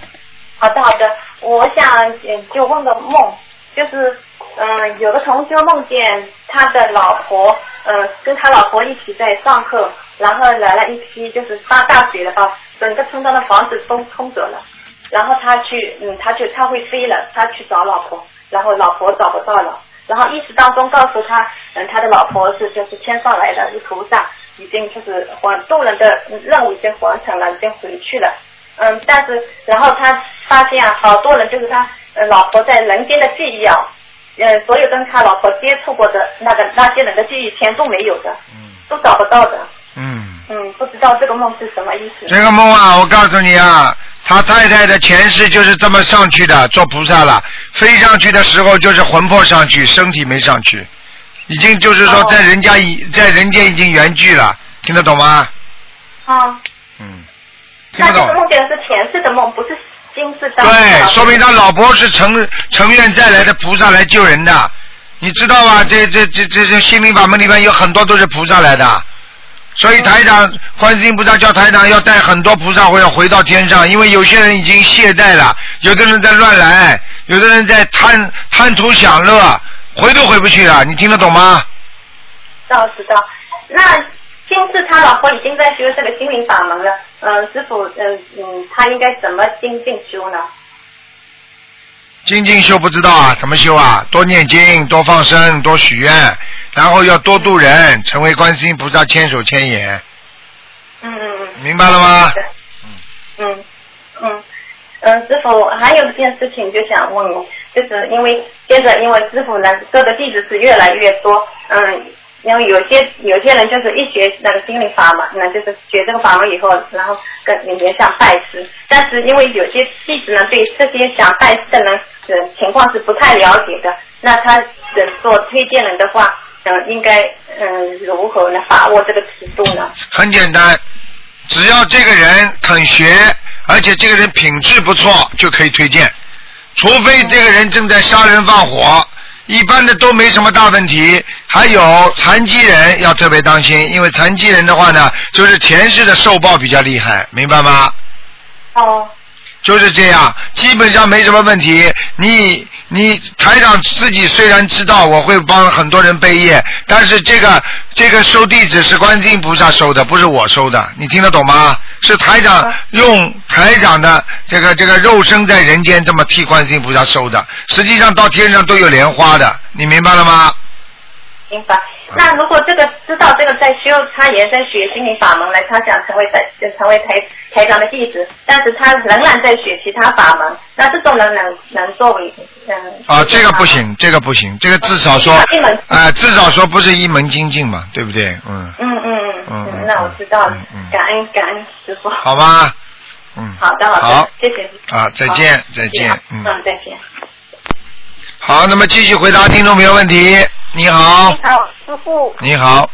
Speaker 6: 好的好的，我想呃就问个梦，就是嗯、呃有个同学梦见他的老婆，呃，跟他老婆一起在上课，然后来了一批就是上大学的吧，整个村庄的房子都空着了，然后他去，嗯，他就他会飞了，他去找老婆，然后老婆找不到了。然后意识当中告诉他，嗯，他的老婆是就是天上来的，是菩萨，已经就是完渡人的任务已经完成了，已经回去了。嗯，但是然后他发现啊，好多人就是他、呃、老婆在人间的记忆啊，呃，所有跟他老婆接触过的那个那些人的记忆全都没有的，
Speaker 2: 嗯
Speaker 6: 都找不到的。
Speaker 2: 嗯，
Speaker 6: 嗯，不知道这个梦是什么意思。
Speaker 2: 这个梦啊，我告诉你啊，他太太的前世就是这么上去的，做菩萨了。飞上去的时候就是魂魄上去，身体没上去，已经就是说
Speaker 6: 哦
Speaker 2: 在人家已、在人间已经圆寂了，听得懂吗？
Speaker 6: 啊，
Speaker 2: 嗯，听
Speaker 6: 那
Speaker 2: 不
Speaker 6: 这
Speaker 2: 懂
Speaker 6: 个。梦见的是前世的梦，不是今世当中的
Speaker 2: 对，说明他老婆是成成愿再来的菩萨来救人的，你知道吧？这这这这这心灵法门里面有很多都是菩萨来的，所以台长观世音菩萨叫台长要带很多菩萨回回到天上，因为有些人已经懈怠了，有的人在乱来，有的人在贪贪图享乐，回都回不去了。你听得懂吗？
Speaker 6: 知道知道。那今世他老婆已经在修这个心灵法门了，嗯、师傅，嗯、嗯，他应该怎么精进修呢？
Speaker 2: 精进修不知道啊，怎么修啊？多念经，多放生，多许愿，然后要多度人，成为观世音菩萨千手千眼，
Speaker 6: 嗯嗯嗯。
Speaker 2: 明白了吗？
Speaker 6: 嗯，嗯，嗯，师傅，还有一件事情就想问你，就是因为接着因为师傅呢做的弟子是越来越多，嗯，因为有些有些人就是一学那个心理法嘛，那就是学这个法门以后，然后跟里面想拜师，但是因为有些弟子呢对这些想拜师的人嗯情况是不太了解的，那他呃做推荐人的话，嗯，应该嗯如何呢把握这个尺度呢？
Speaker 2: 很简单，只要这个人肯学，而且这个人品质不错，就可以推荐。除非这个人正在杀人放火，一般的都没什么大问题。还有残疾人要特别当心，因为残疾人的话呢，就是前世的受报比较厉害，明白吗？
Speaker 6: 哦，
Speaker 2: 就是这样，基本上没什么问题。你你台长自己虽然知道我会帮很多人背业，但是这个这个收弟子是观世音菩萨收的，不是我收的，你听得懂吗？是台
Speaker 6: 啊
Speaker 2: 长用台长的这个这个肉身在人间这么替观世音菩萨收的，实际上到天上都有莲花的，你明白了吗？
Speaker 6: 明白。那如果这个知道这个在修，他延伸学心理法门来，他想成为在就成为台台长的弟子，但是他仍然在学其他法门，那这种人能能作为嗯
Speaker 2: 啊，这个不，行，这个不行，这个至少说，
Speaker 6: 一门
Speaker 2: 哎、至少说不是一门精进嘛，对不对？嗯，
Speaker 6: 嗯嗯嗯
Speaker 2: 嗯嗯
Speaker 6: 嗯，那我知道了
Speaker 2: 嗯嗯，
Speaker 6: 感恩感恩师傅。
Speaker 2: 好吧，嗯，
Speaker 6: 好的好
Speaker 2: 好
Speaker 6: 的，谢谢。
Speaker 2: 啊，再见
Speaker 6: 好，
Speaker 2: 再
Speaker 6: 谢谢啊
Speaker 2: 见，嗯
Speaker 6: 嗯，再见。
Speaker 2: 好，那么继续回答听众朋友问题。你好
Speaker 3: 你，好，师傅，
Speaker 2: 你好，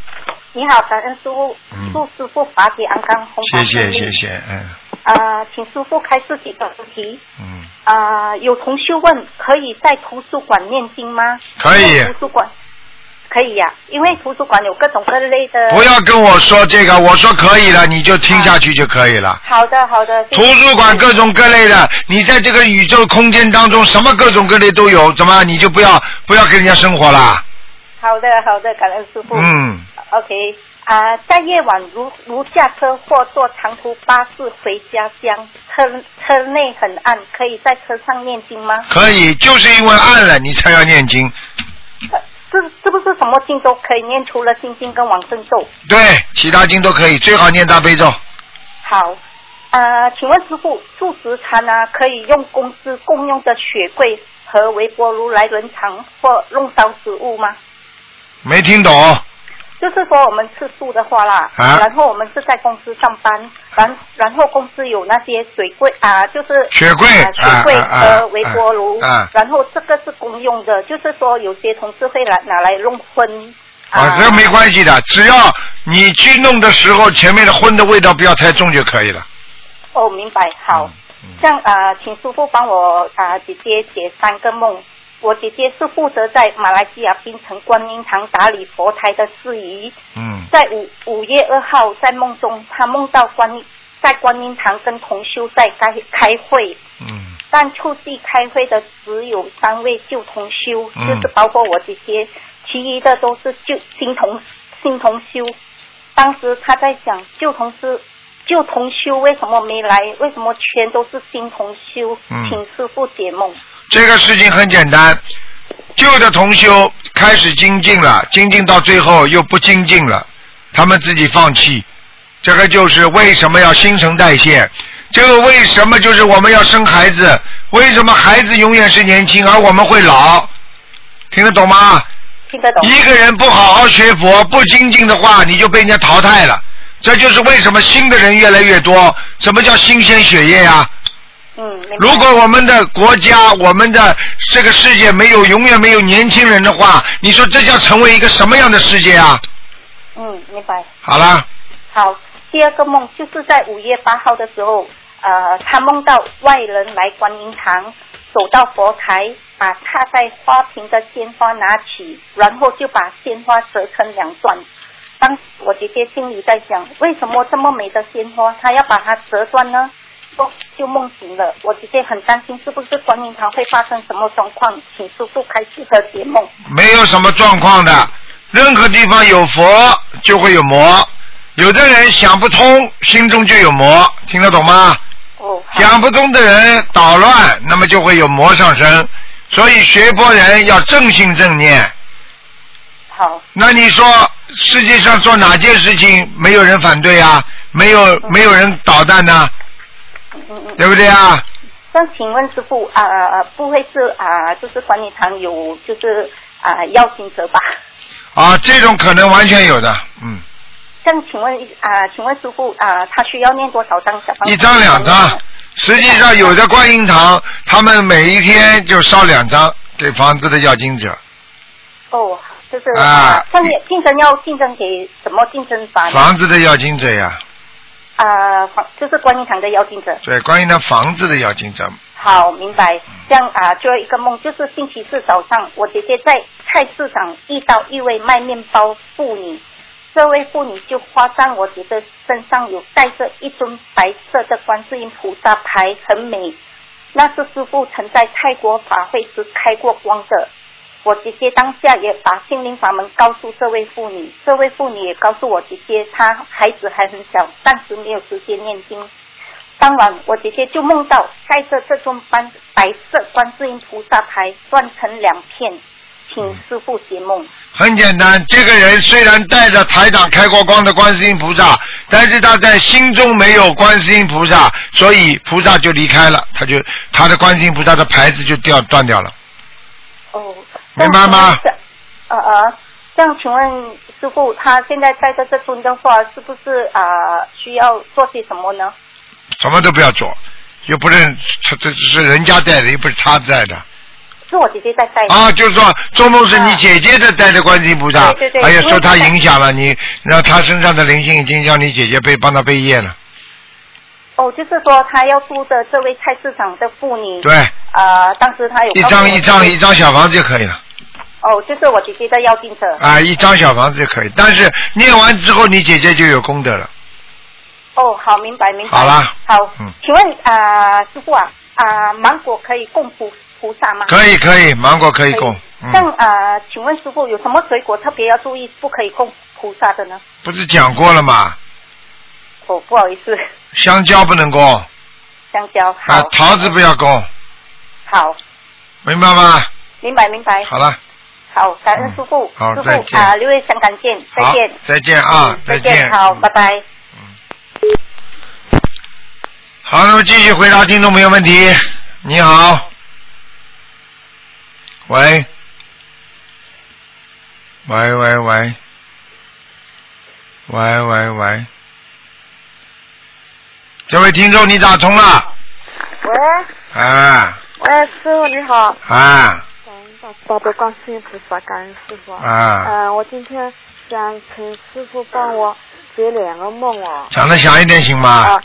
Speaker 3: 你好，感呃恩师傅
Speaker 2: 嗯，
Speaker 3: 祝师傅法体安康，红
Speaker 2: 谢
Speaker 3: 包
Speaker 2: 谢
Speaker 3: 顺利
Speaker 2: 谢。谢，嗯
Speaker 3: 呃，请师傅开示几个问题。
Speaker 2: 嗯，
Speaker 3: 呃，有同学问，可以在图书馆念经吗？
Speaker 2: 可以
Speaker 3: 因为图书馆可以呀、因为图书馆有各种各类的。
Speaker 6: 呃
Speaker 2: 不要跟我说这个，我说可以了，你就听
Speaker 6: 啊
Speaker 2: 下去就可以了。
Speaker 3: 好的，好的。谢
Speaker 2: 图
Speaker 3: 谢
Speaker 2: 书馆各种各类的，你在这个宇宙空间当中，什么各种各类都有，怎么你就不要不要跟人家生活啦？
Speaker 3: 好的，好的，感恩师傅。。
Speaker 2: 嗯，
Speaker 3: OK，啊、在夜晚如如驾车或坐长途巴士回家乡，车车内很暗，可以在车上念经吗？
Speaker 2: 可以，就是因为暗了，你才要念经。
Speaker 3: 呃是是不是什么经都可以念？除了心经跟往生咒。
Speaker 2: 对，其他经都可以，最好念大悲咒。
Speaker 3: 好，呃，请问师傅，素食餐呢、可以用公司共用的雪柜和微波炉来冷藏或弄烧食物吗？
Speaker 2: 没听懂。
Speaker 3: 就是说我们吃素的话啦，
Speaker 2: 啊
Speaker 3: 然后我们是在公司上班，然然后公司有那些水柜啊，就是
Speaker 2: 雪柜
Speaker 3: 啊雪柜
Speaker 2: 啊啊啊
Speaker 3: 和微波炉，
Speaker 2: 啊啊
Speaker 3: 然后这个是公用的，就是说有些同事会来拿来弄荤
Speaker 2: 啊，这没关系的，只要你去弄的时候，前面的荤的味道不要太重就可以了。
Speaker 3: 哦，明白，好。
Speaker 2: 嗯
Speaker 3: 这样啊、呃请师傅帮我啊、呃姐姐解三个梦。我姐姐是负责在马来西亚槟城观音堂打理佛台的事宜。
Speaker 2: 嗯，
Speaker 3: 在五五月二号，在梦中，她梦到观音在观音堂跟同修在开开会，
Speaker 2: 嗯
Speaker 3: 但出席开会的只有三位旧同修，
Speaker 2: 嗯
Speaker 3: 就是包括我姐姐，其余的都是旧新同新同修。当时他在想，旧同事旧同修为什么没来？为什么全都是新同修？
Speaker 2: 嗯
Speaker 3: 请师傅解梦。
Speaker 2: 这个事情很简单，旧的同修开始精进了，精进到最后又不精进了，他们自己放弃。这个就是为什么要新陈代谢。这个为什么就是我们要生孩子？为什么孩子永远是年轻，而我们会老？听得懂吗？
Speaker 3: 听得懂？
Speaker 2: 一个人不好好学佛、不精进的话，你就被人家淘汰了。这就是为什么新的人越来越多。什么叫新鲜血液呀、
Speaker 3: 嗯，明白
Speaker 2: 如果我们的国家、我们的这个世界没有永远没有年轻人的话，你说这叫成为一个什么样的世界啊？
Speaker 3: 嗯，明白。
Speaker 2: 好了，
Speaker 3: 好，第二个梦就是在五月八号的时候，呃，他梦到外人来观音堂，走到佛台，把插在花瓶的鲜花拿起，然后就把鲜花折成两段。当时我姐姐心里在想，为什么这么美的鲜花，她要把它折断呢？梦就梦醒了，我姐姐很担心是不是观音堂会发生什么状况，请叔叔开始和解梦。
Speaker 2: 没有什么状况的。任何地方有佛就会有魔，有的人想不通，心中就有魔，听得懂吗？
Speaker 3: 哦，好
Speaker 2: 讲不通的人捣乱，那么就会有魔上身。所以学佛人要正心正念。
Speaker 3: 好，
Speaker 2: 那你说世界上做哪件事情没有人反对啊？没有没有人捣蛋呐、
Speaker 3: 嗯嗯嗯。
Speaker 2: 对不对啊？
Speaker 3: 那请问师傅啊、呃不会是啊、就是管理堂有就是啊、邀请者吧？
Speaker 2: 啊，这种可能完全有的，嗯，
Speaker 3: 这样请问啊、请问师傅啊、他需要念多少张小房子？
Speaker 2: 一张两张。实际上有的观音堂，他们每一天就烧两张给房子的要经者。
Speaker 3: 哦，就是
Speaker 2: 啊
Speaker 3: 啊，上面竞争要竞争给什么竞争法呢？
Speaker 2: 房子的要经者呀，
Speaker 3: 啊，房就是观音堂的邀请者。
Speaker 2: 对，关于那房子的要经者，
Speaker 3: 好，明白。这样啊，做一个梦，就是星期四早上，我姐姐在菜市场遇到一位卖面包妇女，这位妇女就夸张我姐姐身上有带着一尊白色的观世音菩萨牌，很美。那是师傅曾在泰国法会时开过光的。我姐姐当下也把心灵法门告诉这位妇女，这位妇女也告诉我姐姐，她孩子还很小，暂时没有时间念经。当晚，我姐姐就梦到带着这尊白白色观世音菩萨牌断成两片，请师傅解梦。
Speaker 2: 很简单，这个人虽然带着台长开过光的观世音菩萨，但是他在心中没有观世音菩萨，所以菩萨就离开了，他就他的观世音菩萨的牌子就掉断掉了。嗯
Speaker 3: 哦，
Speaker 2: 明白吗
Speaker 3: 这样呃呃，这样请问师傅，他现在带着这尊的话，是不是啊、呃需要做些什么呢？
Speaker 2: 什么都不要做，又不是他这是人家带的，又不是他带的
Speaker 3: 是我姐姐在带的。
Speaker 2: 啊，就是说中梦是你姐姐的带的观世音菩萨，
Speaker 3: 对对对
Speaker 2: 哎呀，受他
Speaker 3: 因为他
Speaker 2: 影响了你，然后他身上的灵性已经让你姐姐背帮他背业了，
Speaker 3: 哦，就是说他要住的这位菜市场的妇女。
Speaker 2: 对，
Speaker 3: 呃，当时他有
Speaker 2: 一
Speaker 3: 告诉我
Speaker 2: 张一张
Speaker 3: 姐姐
Speaker 2: 一张小房子就可以了。
Speaker 3: 哦，就是我姐姐的要经者。
Speaker 2: 啊，一张小房子就可以，但是念完之后，你姐姐就有功德了。
Speaker 3: 哦，好，明白明白。
Speaker 2: 好啦
Speaker 3: 好，
Speaker 2: 嗯
Speaker 3: 请问啊、呃师傅啊，啊、芒果可以供菩菩萨吗？
Speaker 2: 可以可以，芒果可以
Speaker 3: 以
Speaker 2: 供，
Speaker 3: 但
Speaker 2: 嗯，
Speaker 3: 啊、呃请问师傅有什么水果特别要注意不可以供菩萨的呢？
Speaker 2: 不是讲过了吗？
Speaker 3: 哦，不好意思， <laughs>
Speaker 2: 香蕉不能供，
Speaker 3: 香蕉。好，
Speaker 2: 啊，桃子不要供，
Speaker 3: 好，
Speaker 2: 明白吗？
Speaker 3: 明白明白。
Speaker 2: 好了，
Speaker 3: 好，感恩师傅
Speaker 2: 嗯，好
Speaker 3: 师
Speaker 2: 再见
Speaker 3: 傅啊，留言香港见，再
Speaker 2: 好
Speaker 3: 见，，嗯
Speaker 2: 再见啊，
Speaker 3: 再
Speaker 2: 见，
Speaker 3: 好，拜拜。
Speaker 2: 好，那么继续回答听众朋友问题。你好，喂，喂喂喂，喂喂喂，这位听众你打通了？
Speaker 5: 喂，
Speaker 2: 啊
Speaker 5: 喂，师傅你好，
Speaker 2: 啊
Speaker 5: 感恩大慈大悲观世音菩萨，感恩师傅。嗯、
Speaker 2: 啊！
Speaker 5: 我今天想请师傅帮我解两个梦哦。
Speaker 2: 讲的响一点行吗？
Speaker 5: 啊，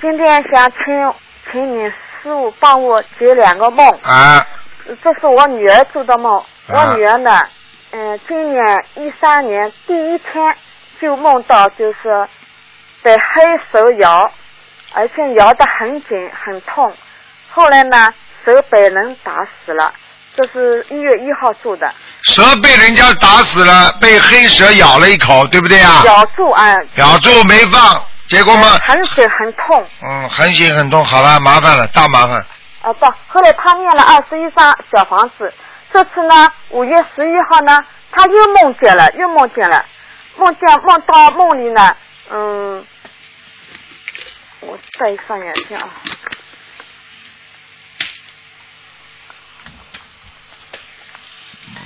Speaker 5: 今天想请请你师傅帮我解两个梦，
Speaker 2: 啊
Speaker 5: 这是我女儿做的梦。我女儿呢，嗯、今年一三年第一天就梦到就是被黑手摇，而且摇得很紧很痛。后来呢，手被人打死了，这是一月一号做的，
Speaker 2: 蛇被人家打死了，被黑蛇咬了一口，对不对啊？
Speaker 5: 咬住啊，
Speaker 2: 咬住没放，结果嘛，
Speaker 5: 很紧很痛。
Speaker 2: 嗯，很血很痛。好了，麻烦了，大麻烦。
Speaker 5: 啊，不，后来他念了二十一张小房子，这次呢，五月十一号呢，他又梦见了，又梦见了，梦见梦到梦里呢，嗯，我戴上眼镜啊。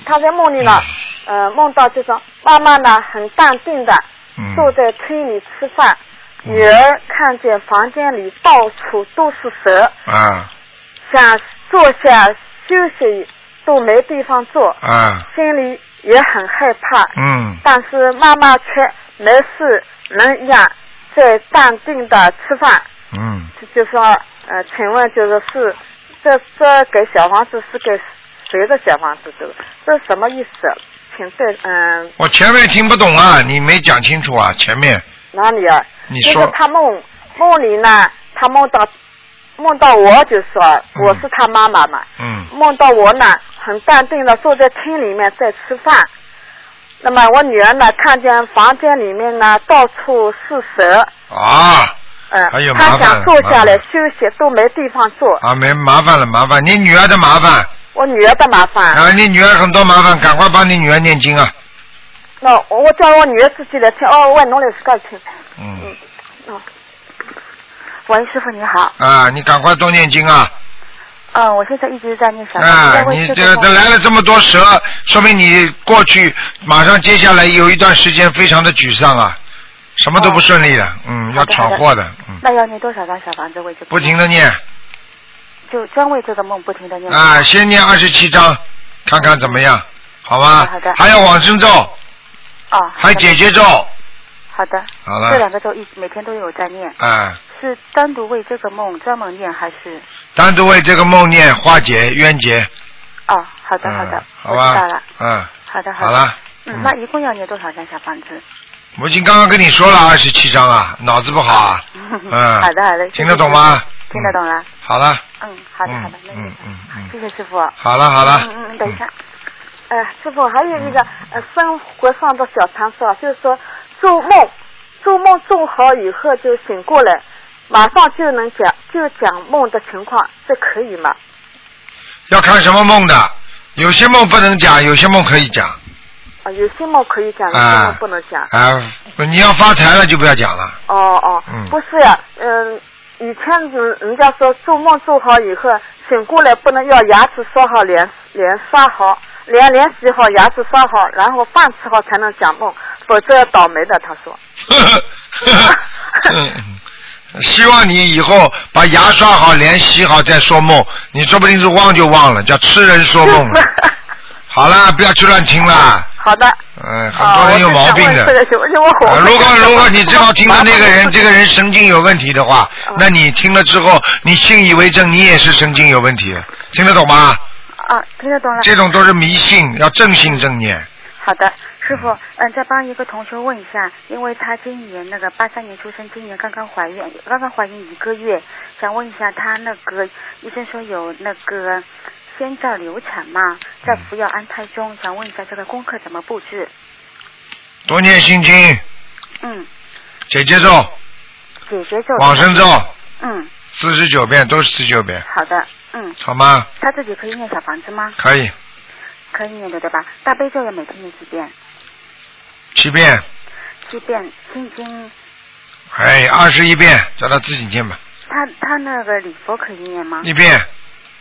Speaker 5: 他在梦里呢，呃，梦到这种妈妈呢很淡定的
Speaker 2: 嗯
Speaker 5: 坐在厅里吃饭，
Speaker 2: 嗯
Speaker 5: 女儿看见房间里到处都是蛇，
Speaker 2: 啊
Speaker 5: 想坐下休息都没地方坐，
Speaker 2: 啊，
Speaker 5: 心里也很害怕。
Speaker 2: 嗯
Speaker 5: 但是妈妈却没事人一样，在淡定的吃饭。
Speaker 2: 嗯，
Speaker 5: 就就说，呃，请问就是是这这给小房子是给谁的小房子？这个这是什么意思？请对，嗯，
Speaker 2: 我前面听不懂啊，你没讲清楚啊，前面
Speaker 5: 哪里啊？
Speaker 2: 你
Speaker 5: 就
Speaker 2: 说
Speaker 5: 是他梦梦里呢，他梦到梦到我，就说
Speaker 2: 嗯
Speaker 5: 我是他妈妈嘛。
Speaker 2: 嗯
Speaker 5: 梦到我呢，很淡定的坐在厅里面在吃饭。那么我女儿呢，看见房间里面呢到处是蛇，
Speaker 2: 啊，
Speaker 7: 嗯
Speaker 2: 哎呦，麻
Speaker 7: 她
Speaker 2: 烦
Speaker 7: 想
Speaker 2: 了
Speaker 7: 坐
Speaker 2: 麻
Speaker 7: 下
Speaker 2: 烦
Speaker 7: 来
Speaker 2: 了
Speaker 7: 休息都没地方坐，
Speaker 2: 啊，没麻烦了，麻烦你女儿的麻烦
Speaker 7: 我女儿的麻烦。
Speaker 2: 啊，你女儿很多麻烦，赶快帮你女儿念经啊，
Speaker 7: 那我叫我女儿自己来听，哦，我弄来自个听。
Speaker 2: 嗯，
Speaker 8: 哦喂，师傅你好，
Speaker 2: 啊，你赶快多念经啊，
Speaker 8: 嗯，我现在一直在念小房子，
Speaker 2: 啊
Speaker 8: 在，问
Speaker 2: 你
Speaker 8: 师傅
Speaker 2: 这这来了这么多蛇，说明你过去马上接下来有一段时间非常的沮丧啊，什么都不顺利了，嗯，要
Speaker 8: 哦好的好
Speaker 2: 闯
Speaker 8: 的
Speaker 2: 祸的，嗯，
Speaker 8: 那要念多少张小房子为这个？
Speaker 2: 不停的念
Speaker 8: 就专为这个梦不停的念。
Speaker 2: 啊，先念二十七章，看看怎么样，好吗？
Speaker 8: 好的好的
Speaker 2: 还有往生咒，
Speaker 8: 哦，
Speaker 2: 还有解决咒，
Speaker 8: 好的，
Speaker 2: 好
Speaker 8: 这两
Speaker 2: 了，
Speaker 8: 个都一每天都有在念，
Speaker 2: 啊，
Speaker 8: 是单独为这个梦专门念还是？
Speaker 2: 单独为这个梦念化解冤结，
Speaker 8: 哦，好的好
Speaker 2: 嗯
Speaker 8: 的，，
Speaker 2: 好
Speaker 8: 我知道
Speaker 2: 吧
Speaker 8: 了，，
Speaker 2: 嗯，
Speaker 8: 好的
Speaker 2: 好
Speaker 8: 的。
Speaker 2: 了，
Speaker 8: 嗯
Speaker 2: 嗯，
Speaker 8: 那一共要念多少张小房子？
Speaker 2: 我已经刚刚跟你说了二十七章啊，脑子不好啊，嗯，
Speaker 8: 好的好的，谢谢
Speaker 2: 听得懂吗
Speaker 8: 师傅 <laughs> 听得懂了，
Speaker 2: 嗯好了，
Speaker 8: 嗯，好的
Speaker 2: 嗯
Speaker 8: 好的，那就
Speaker 2: 嗯嗯嗯
Speaker 8: 谢谢师傅。
Speaker 2: 好了好了，
Speaker 8: 嗯嗯，等一下，
Speaker 7: 呃，师傅，还有一
Speaker 2: 嗯
Speaker 7: 个呃生活上的小常识啊，就是说做梦，做梦做好以后就醒过来，马上就能讲就讲梦的情况，这可以吗？
Speaker 2: 要看什么梦的，有些梦不能讲，有些梦可以讲
Speaker 7: 啊，有些梦可以讲，有些
Speaker 2: 啊
Speaker 7: 梦不能讲。
Speaker 2: 啊。你要发财了就不要讲了，
Speaker 7: 哦哦
Speaker 2: 嗯，
Speaker 7: 不是呀、嗯，以前人人家说做梦做好以后醒过来不能要牙齿刷好，脸脸刷好，脸脸洗好，牙齿刷好，然后饭吃好才能讲梦，否则要倒霉的。他说，
Speaker 2: 嗯 <laughs> 希望你以后把牙刷好、脸洗好再说梦，你说不定是忘就忘了，叫痴人说梦
Speaker 7: <laughs>
Speaker 2: 了。好了，不要去乱听了，
Speaker 7: 好的，
Speaker 2: 嗯，很多人有毛病的
Speaker 7: 啊我。就想问这个，因为我
Speaker 2: 呃如果
Speaker 7: <laughs>
Speaker 2: 如果你知道听的那个人，
Speaker 7: 麻烦
Speaker 2: 这个人神经有问题的话，
Speaker 7: 嗯
Speaker 2: 那你听了之后，你信以为真，你也是神经有问题，听得懂吗？
Speaker 8: 啊，听得懂了。
Speaker 2: 嗯这种都是迷信，要正信正念。
Speaker 8: 好的，师傅，嗯，再帮一个同学问一下，因为她今年那个八三年出生，今年刚刚怀孕，刚刚怀孕一个月，想问一下她那个医生说有那个先兆流产嘛，在服药安胎中，想问一下这个功课怎么布置？
Speaker 2: 多念心经、
Speaker 8: 嗯，
Speaker 2: 姐姐咒、
Speaker 7: 嗯
Speaker 8: 解决咒。
Speaker 2: 往生咒，
Speaker 8: 嗯，
Speaker 2: 四十九遍都是四十九遍，
Speaker 8: 好的，嗯，
Speaker 2: 好吗？
Speaker 8: 她自己可以念小房子吗？
Speaker 2: 可以，
Speaker 8: 可以念的对吧？大悲咒要每天念几遍？
Speaker 2: 七遍，
Speaker 8: 七遍，心经，
Speaker 2: 哎，二十一遍，叫他自己念吧，
Speaker 8: 她她那个礼佛可以念吗？
Speaker 2: 一遍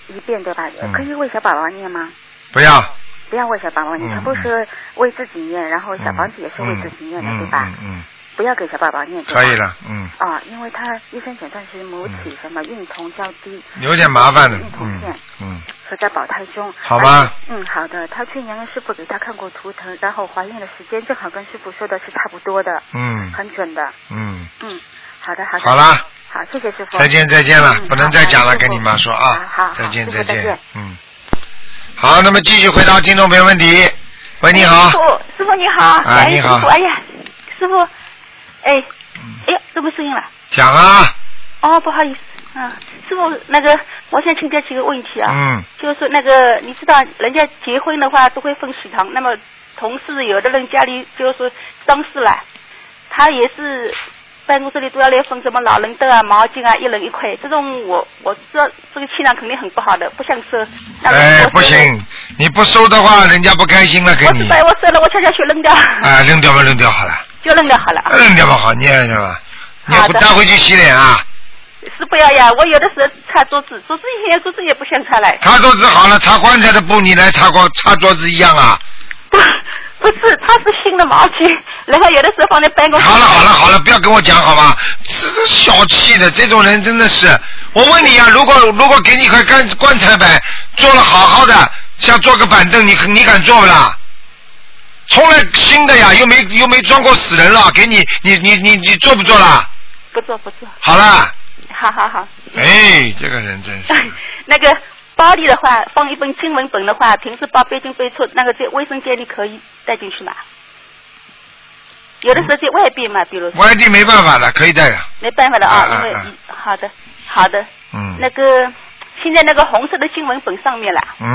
Speaker 8: 一遍对吧？
Speaker 2: 嗯
Speaker 8: 可以为小宝宝念吗？
Speaker 2: 不要。
Speaker 8: 不要为小宝宝念，
Speaker 2: 嗯
Speaker 8: 他不是为自己念，然后
Speaker 2: 嗯
Speaker 8: 小房子也是为自己念的，
Speaker 2: 嗯
Speaker 8: 对吧？
Speaker 2: 嗯嗯
Speaker 8: 不要给小宝宝念，
Speaker 2: 嗯，可以
Speaker 8: 对吧。
Speaker 2: 了，嗯，
Speaker 8: 啊、因为他医生诊断是母体什么孕酮较低，
Speaker 2: 嗯有点麻烦的
Speaker 8: 孕，酮
Speaker 2: 嗯
Speaker 8: 腺
Speaker 2: 嗯，
Speaker 8: 所在保胎中。
Speaker 2: 好吧
Speaker 8: 而且嗯，好的。他去年跟师傅给他看过图腾，然后怀孕的时间正好跟师傅说的是差不多的，
Speaker 2: 嗯
Speaker 8: 很准的。
Speaker 2: 嗯，
Speaker 8: 嗯，好的，好的。
Speaker 2: 好。啦，
Speaker 8: 好，谢谢师傅。
Speaker 2: 再见再见了
Speaker 8: 嗯，
Speaker 2: 不能再讲了，
Speaker 8: 好的
Speaker 2: 跟你妈说
Speaker 8: 师傅好
Speaker 2: 啊
Speaker 8: 好，
Speaker 2: 再见
Speaker 8: 师傅再
Speaker 2: 见
Speaker 8: 见，
Speaker 2: 嗯，好，那么继续回答听众朋友问题。喂，你好
Speaker 3: 哎师，傅，师傅你好。
Speaker 2: 哎你好嗯
Speaker 3: 师傅，哎呀，师傅，哎，哎呀，这不声音了。
Speaker 2: 讲啊，
Speaker 3: 哦，不好意思，嗯，师傅，那个，我想请教几个问题啊，
Speaker 2: 嗯，
Speaker 3: 就是说那个，你知道，人家结婚的话都会分喜糖，那么同事有的人家里就是说丧事了，他也是办公室里都要来分什么老人凳啊、毛巾啊，一人一块，这种我我知道这个气量肯定很不好的，不想收。那如果
Speaker 2: 哎
Speaker 3: 收，
Speaker 2: 不行，你不收的话，人家不开心了，给
Speaker 3: 我
Speaker 2: 你
Speaker 3: 知。道，我收了，我悄悄去扔掉， <laughs>
Speaker 2: 啊，扔掉吧，扔掉好了，
Speaker 3: 就扔掉好了啊。
Speaker 2: 扔掉吧，好，你也是吧？你
Speaker 3: 好
Speaker 2: 也
Speaker 3: 的
Speaker 2: 不带回去洗脸啊？
Speaker 3: 是不要呀，我有的时候擦桌子，桌子以前桌子也不想擦嘞。
Speaker 2: 擦桌子好了，擦棺材的布，你来擦光擦桌子一样啊？
Speaker 3: 不， <laughs> 不是，它是新的毛巾，然后有的时候放在办公室。
Speaker 2: 好了好了好了，不要跟我讲好吧？这这小气的这种人真的是，我问你啊，如果如果给你一块干棺材板，做了好好的，像做个板凳，你你敢坐不啦？从来新的呀，又没又没装过死人了，给你你你你你做不做啦？
Speaker 3: 不做不做，
Speaker 2: 好啦，
Speaker 3: 好好好。
Speaker 2: 哎，这个人真是。
Speaker 8: <laughs>
Speaker 3: 那个包里的话，放一本经文本的话，平时包背巾背错，那个在卫生间里可以带进去嘛？有的时候在外边嘛，比如说
Speaker 2: 外地没办法了，可以带的。
Speaker 3: 没办法了啊，
Speaker 2: 啊
Speaker 3: 因为
Speaker 2: 啊
Speaker 8: 嗯
Speaker 3: 好的好的，
Speaker 2: 嗯。
Speaker 3: 那个现在那个红色的经文本上面啦，
Speaker 2: 嗯，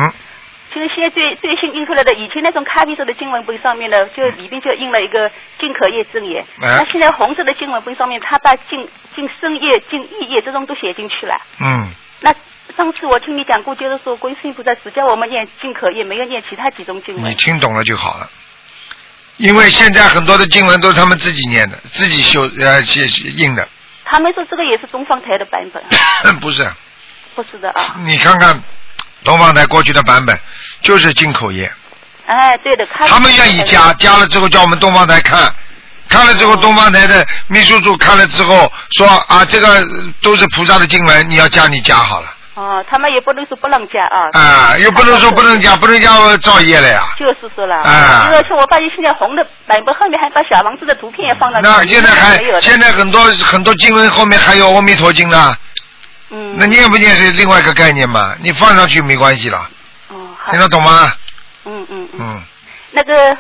Speaker 8: 就是现在最最新印出来的，以前那种咖啡色的经文本上面呢，就里边就印了一个进口业真言。
Speaker 2: 哎
Speaker 8: 那现在红色的经文本上面，他把进进深业、进意业这种都写进去了。
Speaker 2: 嗯，
Speaker 8: 那上次我听你讲过，就是说观世音菩萨只叫我们念进口业，没有念其他几种经
Speaker 2: 你
Speaker 8: 文。
Speaker 2: 听懂了就好了。因为现在很多的经文都是他们自己念的，自己修呃写印
Speaker 8: <coughs>
Speaker 2: 的，
Speaker 8: 他们说这个也是东方台的版本，
Speaker 2: 不是？
Speaker 8: 不是的啊。
Speaker 2: 你看看东方台过去的版本就是进口业，
Speaker 8: 哎，对的，他哦
Speaker 2: 他们愿意加，加了之后叫我们东方台看，看了之后东方台的秘书处看了之后说啊，这个呃都是菩萨的经文，你要加你加好了
Speaker 8: 哦，他们也不能说不能加啊。
Speaker 2: 啊，又不能说不能加，不能加我造业了呀。
Speaker 8: 就是说了，
Speaker 2: 啊
Speaker 8: 因为说我发现现在红的版本后面还把小王子的图片也放上去，
Speaker 2: 那现在还
Speaker 8: 没有的
Speaker 2: 现在很多很多经文后面还有阿弥陀经呢。
Speaker 8: 嗯。
Speaker 2: 那念不念是另外一个概念嘛？你放上去没关系了。
Speaker 8: 哦，
Speaker 2: 听得懂吗？
Speaker 8: 嗯嗯嗯，
Speaker 2: 嗯，
Speaker 8: 那个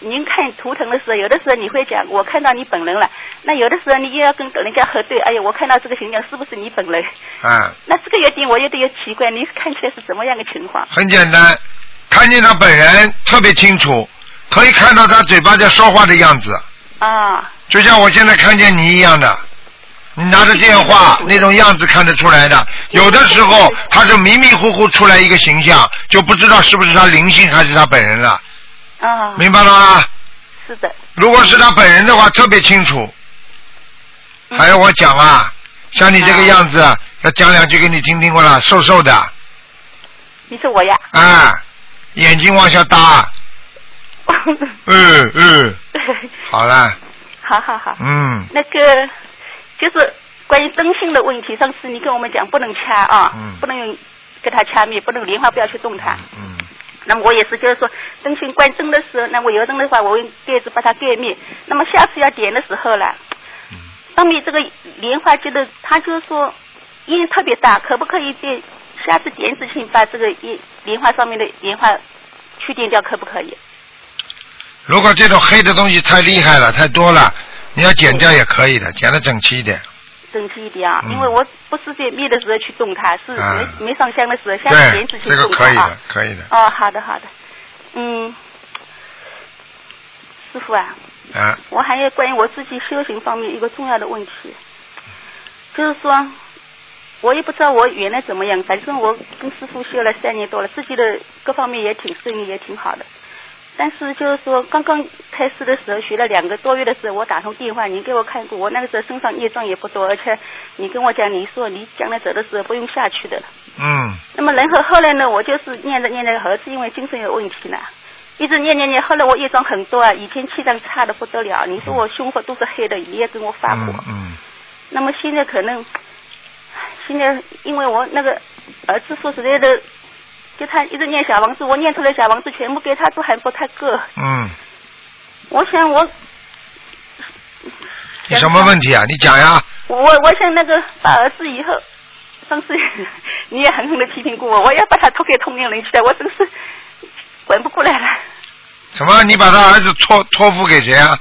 Speaker 8: 您看图腾的时候，有的时候你会讲我看到你本人了，那有的时候你又要跟人家核对，哎呀，我看到这个形象是不是你本人？ <laughs>
Speaker 2: 啊，
Speaker 8: 那这个有点我有点奇怪，你看起来是怎么样的情况？
Speaker 2: 很简单，看见他本人特别清楚，可以看到他嘴巴在说话的样子，
Speaker 8: 啊，
Speaker 2: 就像我现在看见你一样的。你拿着电话那种样子看得出来的，有的时候他是迷迷糊糊出来一个形象，就不知道是不是他灵性还是他本人了，
Speaker 8: 啊，
Speaker 2: 明白了吗？
Speaker 8: 是的，
Speaker 2: 如果是他本人的话，特别清楚。
Speaker 8: 嗯
Speaker 2: 还要我讲啊？像你这个样子，要讲两句给你听听过了，瘦瘦的
Speaker 8: 你说我呀， <laughs>
Speaker 2: 啊，眼睛往下搭，嗯嗯，好了，
Speaker 8: 好好好，
Speaker 2: 嗯
Speaker 8: 那个就是关于灯芯的问题，上次你跟我们讲不能掐啊，
Speaker 2: 嗯
Speaker 8: 不能用给它掐灭，不能莲花不要去动它。
Speaker 2: 嗯。
Speaker 8: 那么我也是，就是说灯芯关灯的时候，那我油灯的话，我用盖子把它盖灭。那么下次要点的时候了，上面这个莲花觉得它就是说烟特别大，可不可以在下次点之前把这个烟莲花上面的莲花去掉掉，可不可以？
Speaker 2: 如果这种黑的东西太厉害了，太多了，你要剪掉也可以的，剪的整齐一点。
Speaker 8: 整齐一点啊，
Speaker 2: 嗯
Speaker 8: 因为我不是在灭的时候去动它，是没、
Speaker 2: 啊
Speaker 8: 没上香的时候，香的
Speaker 2: 对
Speaker 8: 点子，去
Speaker 2: 这个
Speaker 8: 动它
Speaker 2: 可以
Speaker 8: 啊
Speaker 2: 的。，可以的，
Speaker 8: 哦，好的好的，嗯，师傅啊，
Speaker 2: 啊，
Speaker 8: 我还有关于我自己修行方面一个重要的问题，就是说，我也不知道我原来怎么样，反正我跟师傅修了三年多了，自己的各方面也挺顺利，也挺好的。但是就是说，刚刚开始的时候，学了两个多月的时候，我打通电话，你给我看过，我那个时候身上业障也不多，而且你跟我讲，你说你将来走的时候不用下去的。
Speaker 2: 嗯
Speaker 8: 那么然后后来呢，我就是念着念着，还是因为精神有问题呢，一直念念念，后来我业障很多啊，以前气量差的不得了，你说我胸口都是黑的，你也跟我发火。
Speaker 2: 嗯嗯
Speaker 8: 那么现在可能，唉现在因为我那个儿子说实在的，就他一直念小王子，我念出来小王子全部给他都还不太够，
Speaker 2: 嗯，
Speaker 8: 我想我
Speaker 2: 你什么问题啊？你讲呀，
Speaker 8: 我我想那个把儿子以后，上次你也狠狠的批评过我，我要把他托给同龄人去的，我真是管不过来了。
Speaker 2: 什么？你把他儿子托托付给谁啊？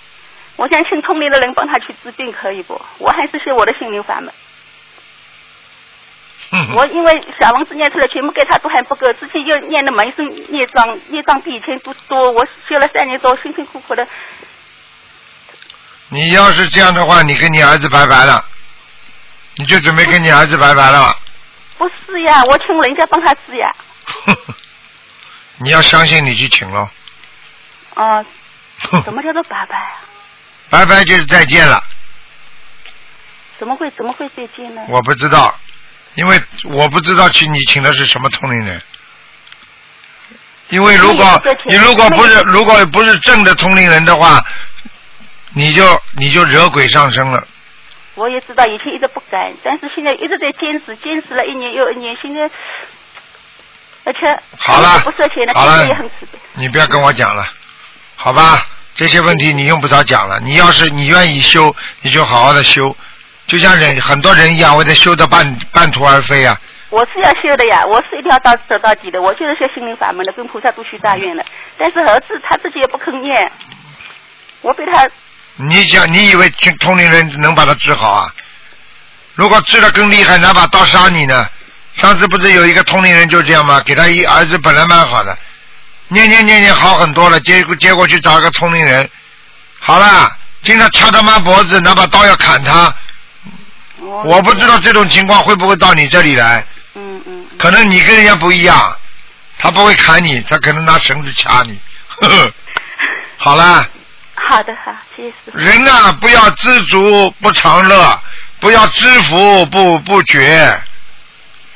Speaker 8: <laughs> 我想请同龄的人帮他去治病，可以不？我还是学我的心灵法门。
Speaker 2: 嗯
Speaker 8: 我因为小王子念出来全部给他都还不够，自己又念的满身业障，业障比以前都多。我修了三年多，辛辛苦苦的，
Speaker 2: 你要是这样的话，你跟你儿子拜拜了，你就准备跟你儿子拜拜了。
Speaker 8: 不是呀，我请人家帮他治呀。
Speaker 2: <laughs> 你要相信你去请喽， <laughs>
Speaker 8: 啊、什么叫做啊爸爸呀？
Speaker 2: 拜拜就是再见了。
Speaker 8: 怎么会怎么会再见呢？
Speaker 2: 我不知道，因为我不知道去你请的是什么同龄人。因为如果
Speaker 9: 那也不对
Speaker 2: 你如果不
Speaker 9: 那
Speaker 2: 是
Speaker 9: 也
Speaker 2: 如果不是正的同龄人的话，你就你就惹鬼上身了。
Speaker 8: 我也知道以前一直不敢，但是现在一直在坚持，坚持了一年又一年，现在而且
Speaker 2: 好了
Speaker 8: 不收钱了，
Speaker 2: 好了
Speaker 8: 现在也很慈悲。
Speaker 2: 你不要跟我讲了，好吧？这些问题你用不着讲了。你要是你愿意修，你就好好的修，就像人很多人一样，为了修的半半途而废啊。
Speaker 8: 我是要修的呀，我是一定要到走到底的，我就是修心灵法门的，跟菩萨都许大愿了。但是儿子他自己也不肯念，我被他
Speaker 2: 你想，你以为这同龄人能把他治好啊？如果治的更厉害，拿把刀杀你呢？上次不是有一个同龄人就这样吗？给他一儿子本来蛮好的，念念念念好很多了，结果结果去找个同龄人，好啦，经常掐他妈脖子，拿把刀要砍他。我不知道这种情况会不会到你这里来。嗯嗯。可能你跟人家不一样，他不会砍你，他可能拿绳子掐你。 <laughs> 呵呵好啦。
Speaker 8: <laughs> 好的，好，谢谢师傅。
Speaker 2: 人呐、不要知足不常乐，不要知福不不觉，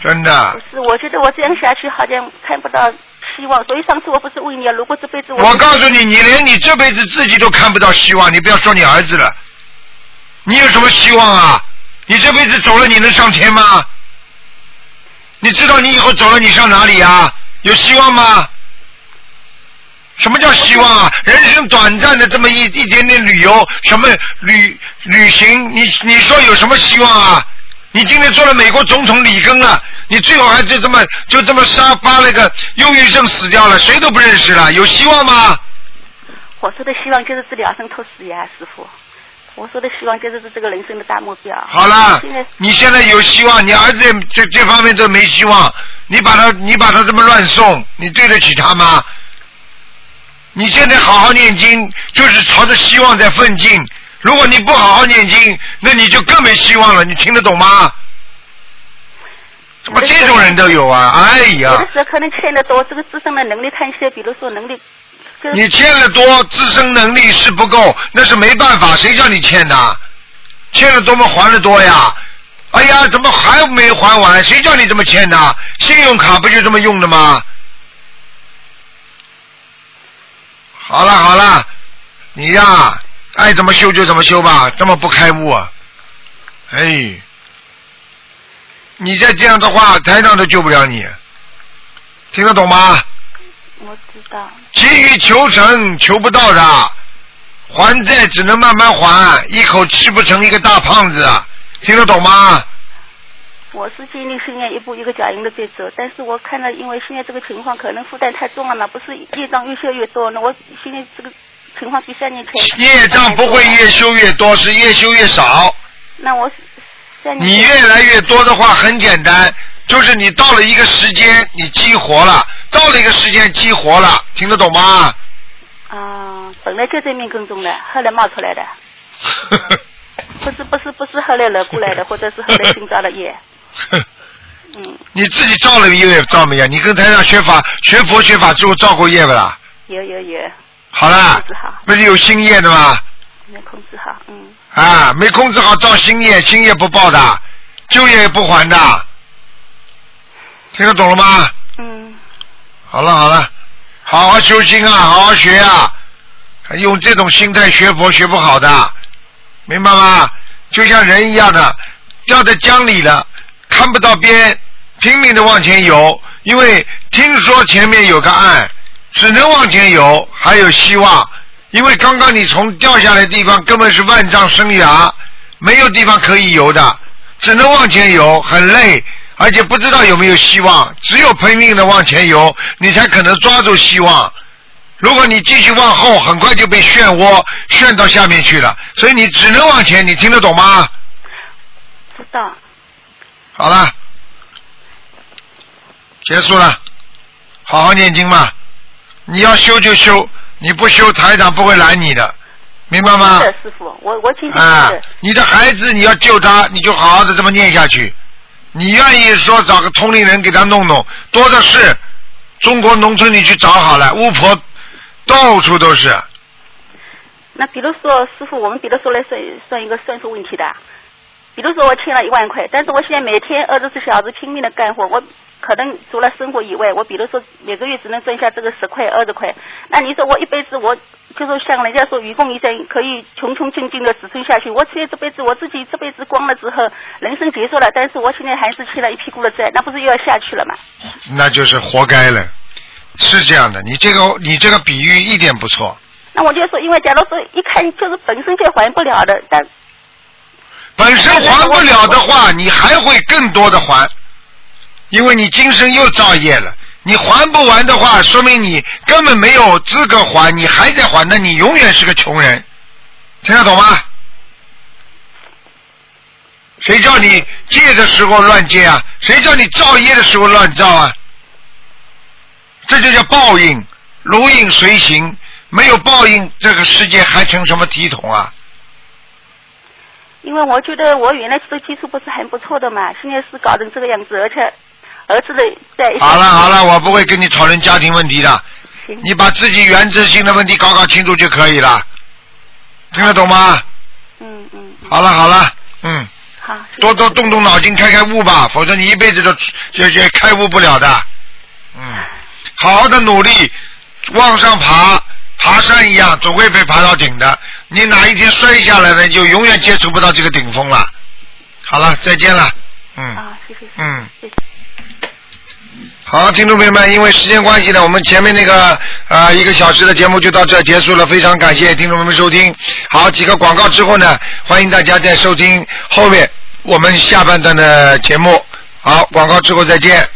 Speaker 2: 真的。
Speaker 8: 是，我觉得我这样下去好像看不到希望，所以上次我不是问你，啊如果这辈子我
Speaker 2: 我告诉你，你连你这辈子自己都看不到希望，你不要说你儿子了，你有什么希望啊？你这辈子走了，你能上天吗？你知道你以后走了，你上哪里啊？有希望吗？什么叫希望啊？人生短暂的这么一一点点旅游，什么旅旅行，你你说有什么希望啊？你今天做了美国总统里根了，你最后还就这么就这么杀发了个忧郁症死掉了，谁都不认识了，有希望吗？
Speaker 8: 我说的希望就是治疗生透视呀，师傅。我说的希望就是这个人生的大目标。
Speaker 2: 好了
Speaker 8: 现在，
Speaker 2: 你现在有希望，你儿子也这这方面都没希望，你把他你把他这么乱送，你对得起他吗？你现在好好念经，就是朝着希望在奋进。如果你不好好念经，那你就更没希望了。你听得懂吗？怎么这种人都有啊？哎
Speaker 8: 有
Speaker 2: 呀
Speaker 8: 的，时候可能欠的多，这个自身的能力看一些，比如说能力，就是
Speaker 2: 你欠的多，自身能力是不够，那是没办法，谁叫你欠的？欠的多么还的多呀？哎呀，怎么还没还完？谁叫你这么欠的？信用卡不就这么用的吗？好了好了，你呀、爱怎么修就怎么修吧，这么不开悟啊！哎，你再这样的话，台长都救不了你，听得懂吗？
Speaker 8: 我知道。
Speaker 2: 急于求成，求不到的，还债只能慢慢还，一口吃不成一个大胖子，听得懂吗？
Speaker 8: 我是尽力训练一步一个脚印的在走，但是我看了，因为现在这个情况可能负担太重了嘛，不是业障越修越多，那我现在这个情况比三年前
Speaker 2: 业障不会越修越多，是越修越少。
Speaker 8: 那我三年
Speaker 2: 你
Speaker 8: 前
Speaker 2: 越来越多的话，很简单，就是你到了一个时间，你激活了；到了一个时间，激活了，听得懂
Speaker 8: <laughs>
Speaker 2: 吗？
Speaker 8: 啊，本来就在命根中的，后来冒出来的。不是不是不是后来惹过来的，或者是
Speaker 2: <laughs>
Speaker 8: 后来新造的业。嗯，
Speaker 2: 你自己造了业造没有？你跟台上学法、学佛、学法之后造过业不啦？
Speaker 8: 有有有，
Speaker 2: 好啦，不是有新业的吗？
Speaker 8: 没控制好，嗯，
Speaker 2: 啊，没控制好造新业，新业不报的，旧业也不还的，听得懂了吗？
Speaker 8: 嗯。
Speaker 2: 好了好了，好好修心啊，好好学啊，用这种心态学佛学不好的，明白吗？就像人一样的，掉在江里了，看不到边，拼命的往前游，因为听说前面有个岸，只能往前游，还有希望，因为刚刚你从掉下来的地方根本是万丈深崖，没有地方可以游的，只能往前游，很累，而且不知道有没有希望，只有拼命的往前游，你才可能抓住希望。如果你继续往后，很快就被漩涡旋到下面去了，所以你只能往前，你听得懂吗？
Speaker 8: 知道。
Speaker 2: 好了，结束了，好好念经吧。你要修就修，你不修台长不会拦你的，明白吗？
Speaker 8: 是的，师傅，我我今天
Speaker 2: 啊
Speaker 8: 是的，，
Speaker 2: 你的孩子你要救他，你就好好的这么念下去。你愿意说找个同龄人给他弄弄，多的是。中国农村你去找好了，巫婆到处都是。
Speaker 8: 那比如说，师傅，我们比如说来算算一个算术问题的，比如说我欠了一万块，但是我现在每天二十四小时拼命的干活，我可能除了生活以外，我比如说每个月只能赚下这个十块、二十块，那你说我一辈子我就说像人家说愚公移山，可以穷穷尽尽的只存下去，我现在这辈子我自己这辈子光了之后，人生结束了，但是我现在还是欠了一屁股的债，那不是又要下去了吗？
Speaker 2: 那就是活该了。是这样的，你这个你这个比喻一点不错。
Speaker 8: 那我就说，因为假如说一看就是本身就还不了的，但
Speaker 2: 本身还不了的话，你还会更多的还，因为你今生又造业了。你还不完的话，说明你根本没有资格还，你还在还，那你永远是个穷人，听得懂吗？谁叫你借的时候乱借啊？谁叫你造业的时候乱造啊？这就叫报应，如影随形。没有报应，这个世界还成什么体统啊？
Speaker 8: 因为我觉得我原来这个基础不是很不错的嘛，现在是搞成这个样子，而且儿子的在一起
Speaker 2: 好了好了，我不会跟你讨论家庭问题的
Speaker 8: 行，
Speaker 2: 你把自己原则性的问题搞搞清楚就可以了，听得懂吗？
Speaker 8: 嗯嗯，
Speaker 2: 好了好了，嗯，
Speaker 8: 好，
Speaker 2: 多多动动脑筋开开悟吧，否则你一辈子都就就开悟不了的。嗯，好好的努力，往上爬，爬山一样，总会被爬到顶的。你哪一天摔下来了，你就永远接触不到这个顶峰了。好了，再见了。嗯。
Speaker 8: 啊，谢谢。
Speaker 2: 嗯。好，听众朋友们，因为时间关系呢，我们前面那个呃一个小时的节目就到这儿结束了，非常感谢听众朋友们收听。好，几个广告之后呢，欢迎大家再收听后面我们下半段的节目。好，广告之后再见。